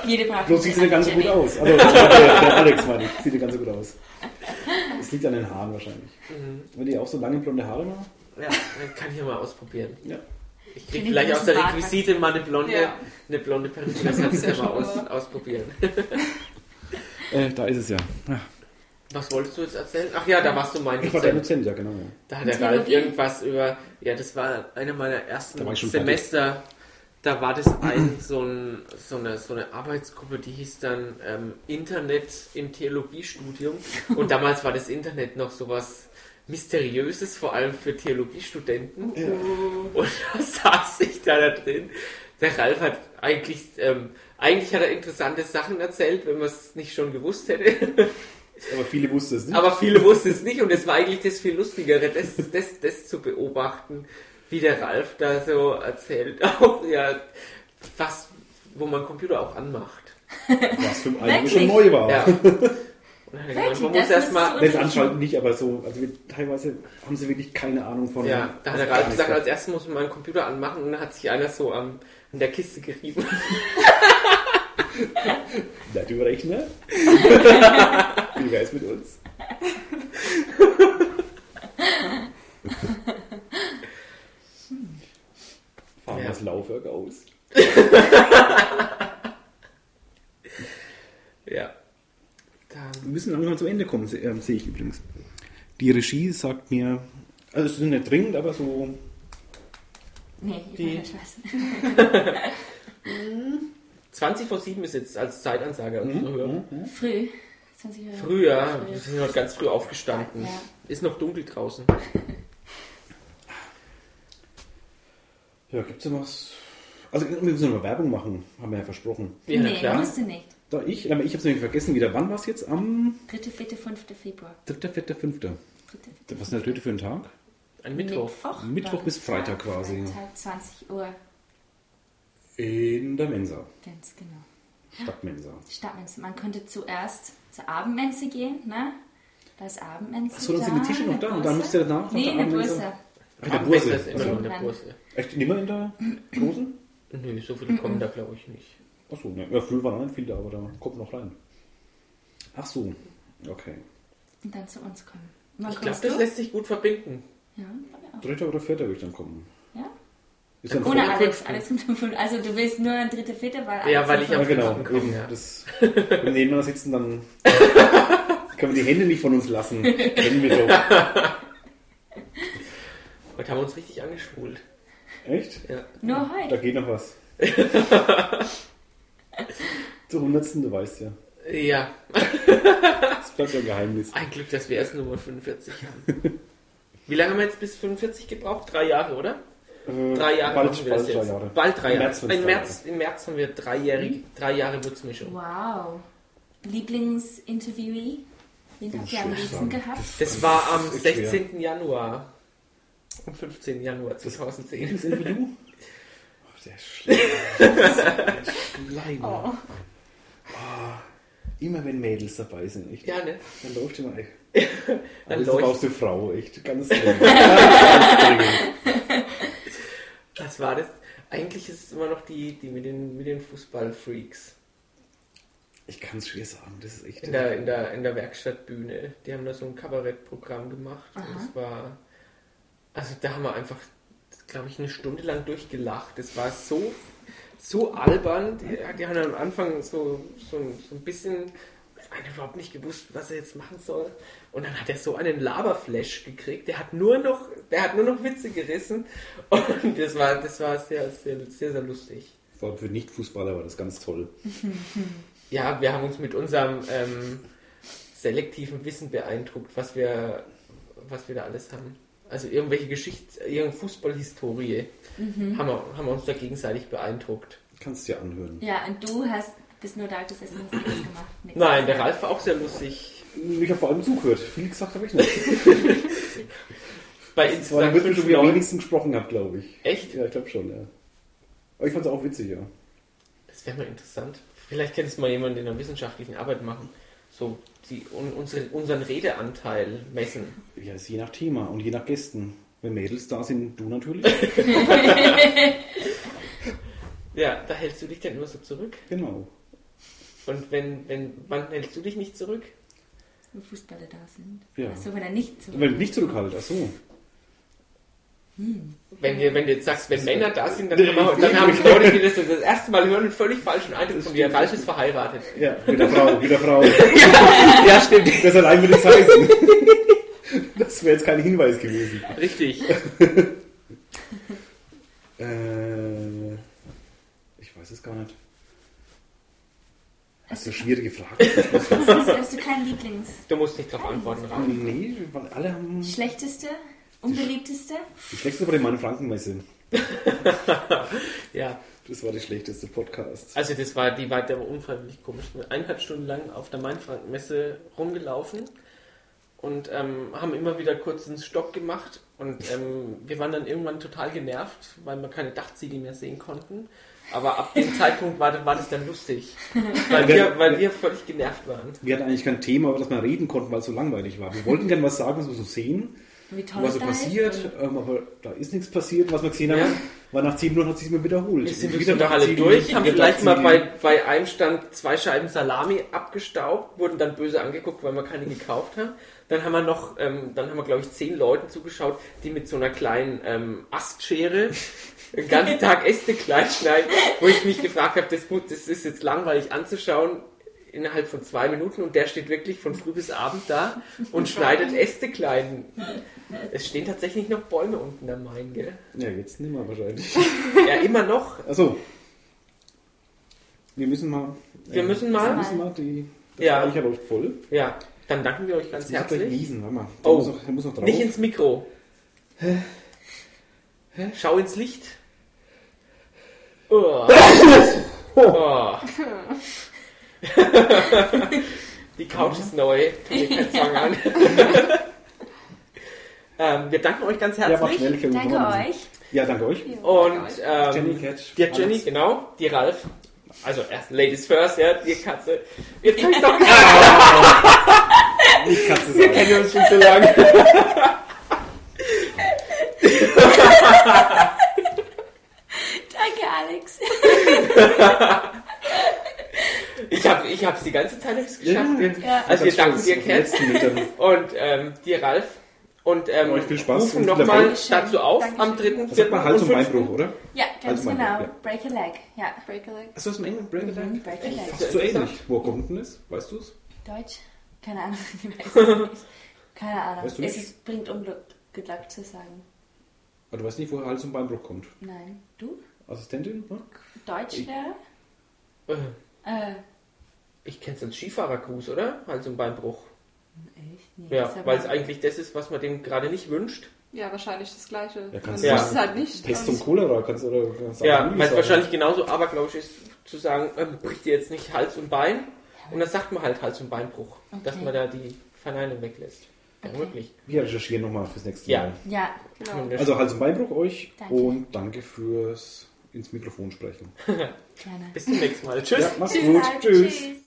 Jede braucht Bloß sieht sie eine ganz so Jenny. gut aus. Also, der, der Alex meine ich, sieht ganz so gut aus. Es liegt an den Haaren wahrscheinlich. Wenn ihr auch so lange blonde Haare macht. Ja, dann kann ich ja mal ausprobieren. Ja. Ich krieg Finde vielleicht ich aus der smart, Requisite mal eine blonde, Ja. eine blonde Perücke. Das kannst du ja Ja, mal aus, schon, aber- ausprobieren. Äh, da ist es ja. Was wolltest du jetzt erzählen? Ach ja, da warst du mein Ich war der Dozent. Dozent, ja genau. ja. Da hat der Theologie. Ralf irgendwas über. Ja, das war einer meiner ersten Da war ich schon Semester. Da war das ein, so, ein, so, eine, so eine Arbeitsgruppe, die hieß dann ähm, Internet im Theologiestudium. Und damals war das Internet noch sowas Mysteriöses, vor allem für Theologiestudenten. Und da saß ich da, da drin. Der Ralf hat eigentlich, ähm, eigentlich hat er interessante Sachen erzählt, wenn man es nicht schon gewusst hätte. Aber viele wussten es nicht. Aber viele wussten es nicht und es war eigentlich das viel Lustigere, das, das, das zu beobachten, wie der Ralf da so erzählt, auch ja, was, wo man Computer auch anmacht. was für ein Wirklich? schon neu war. Ja. Und dann hat er gemeint, Wirklich, man das muss ist erstmal, so- Jetzt anschalten nicht, aber so, also wir, teilweise haben sie wirklich keine Ahnung von. ja, da hat der gar Ralf nichts gesagt, als gehabt. erstes muss man meinen Computer anmachen und dann hat sich einer so am, an der Kiste gerieben. Seid ihr Rechner? Wie wär's ne? mit uns? Fahren wir Ja. das Laufwerk aus. Ja. müssen langsam zum Ende kommen, se- ähm, sehe ich übrigens. Die Regie sagt mir, also es ist nicht dringend, aber so, Nee, ich Die- meine, ich weiß. 20 vor 7 ist jetzt als Zeitansage Mhm, unsere Hörer. Früh. 20 Uhr. Früher, wir sind heute ganz früh aufgestanden. Ja. Ist noch dunkel draußen. ja, gibt es denn was? Also wir müssen noch mal Werbung machen, haben wir ja versprochen. Ja, na nee, klar. musst du nicht. Da ich, aber ich habe es nämlich vergessen wieder. Wann war es jetzt? Am Dritte, vierte, fünfte Februar. 3., 4., 5. Dritte, vierte, Was ist denn der dritte für ein Tag? Ein Mittwoch. Mittwoch dann bis Freitag quasi. Freitag, 20 Uhr. In der Mensa. Ganz genau. Stadtmensa. Stadtmenze. Man könnte zuerst zur Abendmenze gehen, ne? Da ist Abendmenze. Ach so, dann sind die Tische noch da und dann Bursa. müsst ihr danach noch Nee, zur eine Abendmenze. Bursa. Ach, in der Am besten Burse. ist immer noch in der Irgendwann. Burse. Echt immer in der großen? Nö, so viele Mhm. kommen da glaube ich nicht. Achso, ne. Ja, früher waren auch nicht viele, aber da kommt noch rein. Ach so. Okay. Und dann zu uns kommen. Wann Ich glaube, kommst das du? lässt sich gut verbinden. Ja, ja. Dritter oder vierter würde ich dann kommen. ja. Ist dann Oder Ohne vor- fünften. Alex. Alex kommt am fünften. Also du willst nur ein dritte, vierte, weil Alex Ja, weil am ich Ja, am fünften- genau. fünften komme, eben, ja. das, wenn wir nebeneinander sitzen, dann können wir die Hände nicht von uns lassen. Kennen wir doch. Heute haben wir uns richtig angeschwult. Echt? Ja. Nur Da heute. geht noch was. Zur Hundertsten, du weißt ja. ja, Das bleibt ja ein Geheimnis. ein Glück, dass wir erst Nummer 45 haben. Wie lange haben wir jetzt bis 45 gebraucht? Drei Jahre, oder? Äh, Drei Jahre machen Bald, wir das bald drei jetzt. Jahre. Bald drei Im Jahre. März wird's Im, drei März, Im März haben wir dreijährige, drei Jahre Würzmischung. Mhm. Wow. Lieblingsinterviewee? Wen habt ihr am schwer liebsten sagen. gehabt? Das war am ist echt 16. Januar und 15. Januar 2010. Das Interview? Ach, der Schleim. Der Schleim. Oh. Immer wenn Mädels dabei sind, echt. Ja, ne? Dann läuft immer. Ey. Dann Alles läuft. brauchst du Frau, echt. Ganz dringend. Ganz dringend. Das war das. Eigentlich ist es immer noch die, die mit den, mit den Fußballfreaks Ich kann es schwer sagen, das ist echt. in der, in, der, in der Werkstattbühne. Die haben da so ein Kabarettprogramm gemacht. Und das war. Also da haben wir einfach, glaube ich, eine Stunde lang durchgelacht. Das war so, so albern. Die, die haben am Anfang so, so, ein- so ein bisschen einer überhaupt nicht gewusst, was er jetzt machen soll. Und dann hat er so einen Laberflash gekriegt. Der hat nur noch, der hat nur noch Witze gerissen. Und das war, das war sehr, sehr, sehr, sehr lustig. Vor allem für Nicht-Fußballer war das ganz toll. Ja, wir haben uns mit unserem ähm, selektiven Wissen beeindruckt, was wir, was wir da alles haben. Also irgendwelche Geschichts-, irgendeine Fußballhistorie haben, wir, haben wir uns da gegenseitig beeindruckt. Kannst dir anhören. Ja, und du hast bis nur da gesessen und hast nichts gemacht. Nichts. Nein, der Ralf war auch sehr lustig. Ich habe vor allem zugehört. Viel gesagt habe ich nicht. Bei Es war Instagram ein Mittel, wo ich am 5 wenigsten gesprochen habe, glaube ich. Echt? Ja, ich glaube schon, ja. Aber ich fand es auch witzig, ja. Das wäre mal interessant. Vielleicht kennt es mal jemand in der wissenschaftlichen Arbeit machen. So die, un, unsere, unseren Redeanteil messen. Ja, ist je nach Thema und je nach Gästen. Wenn Mädels da sind, du natürlich. Ja, da hältst du dich dann immer so zurück. genau. Und wenn, wenn, wann hältst du dich nicht zurück? Wenn Fußballer da sind. Ja. Achso, wenn er nicht zurück Wenn ich nicht zurückhalte, ach so. Wenn du, wenn du jetzt sagst, wenn Männer da sind, dann, kann man, dann haben die Leute, die das das erste Mal hören, einen völlig falschen Eindruck von dir. Ralf ist verheiratet. Ja, mit der Frau, mit der Frau. Ja, stimmt. Das allein würde es heißen. Das wäre jetzt kein Hinweis gewesen. Richtig. Äh, ich weiß es gar nicht. Das ist eine schwierige Frage. hast, hast du keinen Lieblings. Du musst nicht darauf antworten, Ralf. Ah, nee, weil alle haben... Schlechteste? Unbeliebteste? Die schlechteste war die Meine Frankenmesse. Ja. Das war der schlechteste Podcast. Also das war, die war, der war unfreiwillig komisch. Wir sind eineinhalb Stunden lang auf der Mainfrankenmesse rumgelaufen und ähm, haben immer wieder kurz einen Stopp gemacht und ähm, wir waren dann irgendwann total genervt, weil wir keine Dachziegel mehr sehen konnten. Aber ab dem Zeitpunkt war, war das dann lustig, weil wir, weil wir völlig genervt waren. Wir hatten eigentlich kein Thema, über das man reden konnten, weil es so langweilig war. Wir wollten gerne was sagen, was wir so sehen, Wie toll was so da ist? passiert, ähm, aber da ist nichts passiert. Was wir gesehen haben, Ja. war nach 10 Minuten hat sich immer wiederholt. Wir sind Und durch die Halle Dachziegel, durch, haben wieder vielleicht mal bei, Dachziegel. bei einem Stand zwei Scheiben Salami abgestaubt, wurden dann böse angeguckt, weil wir keine gekauft haben. Dann haben wir noch, ähm, dann haben wir glaube ich zehn Leuten zugeschaut, die mit so einer kleinen ähm, Astschere den ganzen Tag Äste klein schneiden, wo ich mich gefragt habe, das, mu- das ist jetzt langweilig anzuschauen. innerhalb von zwei Minuten und der steht wirklich von früh bis abend da und schneidet Äste klein. Es stehen tatsächlich noch Bäume unten am Main, gell? Ja, jetzt nimmer wahrscheinlich. Ja, immer noch. Achso. Wir müssen mal. Wir äh, müssen mal- Wir müssen mal die. Das Ja. Speicher läuft voll. Ja, dann danken wir euch ganz Ich muss gleich herzlich. niesen, warte mal. Der Oh. muss noch, der muss noch drauf. Nicht ins Mikro. Schau ins Licht. Oh. Oh. Die Couch ist neu. Tu dir keinen Zwang an. ähm, wir danken euch ganz ja, mach herzlich. schnell. ich kann Danke noch mal euch. niesen. Ja, danke euch. Und Jenny, ähm, Catch. die hat Jenny, Alex. genau, die Ralf. Also erst Ladies first, ja, die Katze. Jetzt hab ich's doch Ich kann es Wir sagen. kennen uns schon so lange. Danke, Alex. Ich habe ich hab's die ganze Zeit hab's geschafft. Ja. Ja. Also wir Ganz danken stolz dir, auf die Cat. letzten Meter. Und ähm, dir, Ralf. Und ähm, Euch viel Spaß rufen und viel nochmal Erfolg. dazu auf Dankeschön. am 3., Das sagt 4. man Hals- und und 5. Beinbruch, oder? Ja, ganz Also mein genau. Gott, ja. Break a leg. Ja. Break a leg. Ist das im Mhm. Englischen? Break a leg? Break a leg. Das ist so ähnlich. Wo kommt denn das? Weißt du es? Deutsch? Keine Ahnung. Ich weiß es nicht. Keine Ahnung. Weißt du es nicht? ist, bringt Unglück, Good luck zu sagen. Aber du weißt nicht, woher Hals- und Beinbruch kommt. Nein. Du? Assistentin? Ne? Deutschlehrer? Äh, Äh, Ich kenn's als Skifahrergruß, oder? Hals- und Beinbruch. echt? Nee, Ja, das ist weil es eigentlich das ist, was man dem gerade nicht wünscht. Ja, wahrscheinlich das Gleiche. Ja, Man kannst du ja. sagen. es halt nicht. Pest und- und Cholera kannst du oder kannst du auch Ja, Mühle weil es sagen. wahrscheinlich genauso abergläubisch ist, zu sagen, ähm, bricht dir jetzt nicht Hals und Bein. Und dann sagt man halt Hals- und Beinbruch, dass Okay. man da die Verneinung weglässt. Ja, wirklich. Wir recherchieren nochmal fürs nächste Ja. Mal. Ja, Genau. Also Hals und Beinbruch euch Danke. und danke fürs ins Mikrofon sprechen. gerne. Bis zum nächsten Mal. Tschüss. Ja, macht's Tschüss, gut. Alter. Tschüss. Tschüss.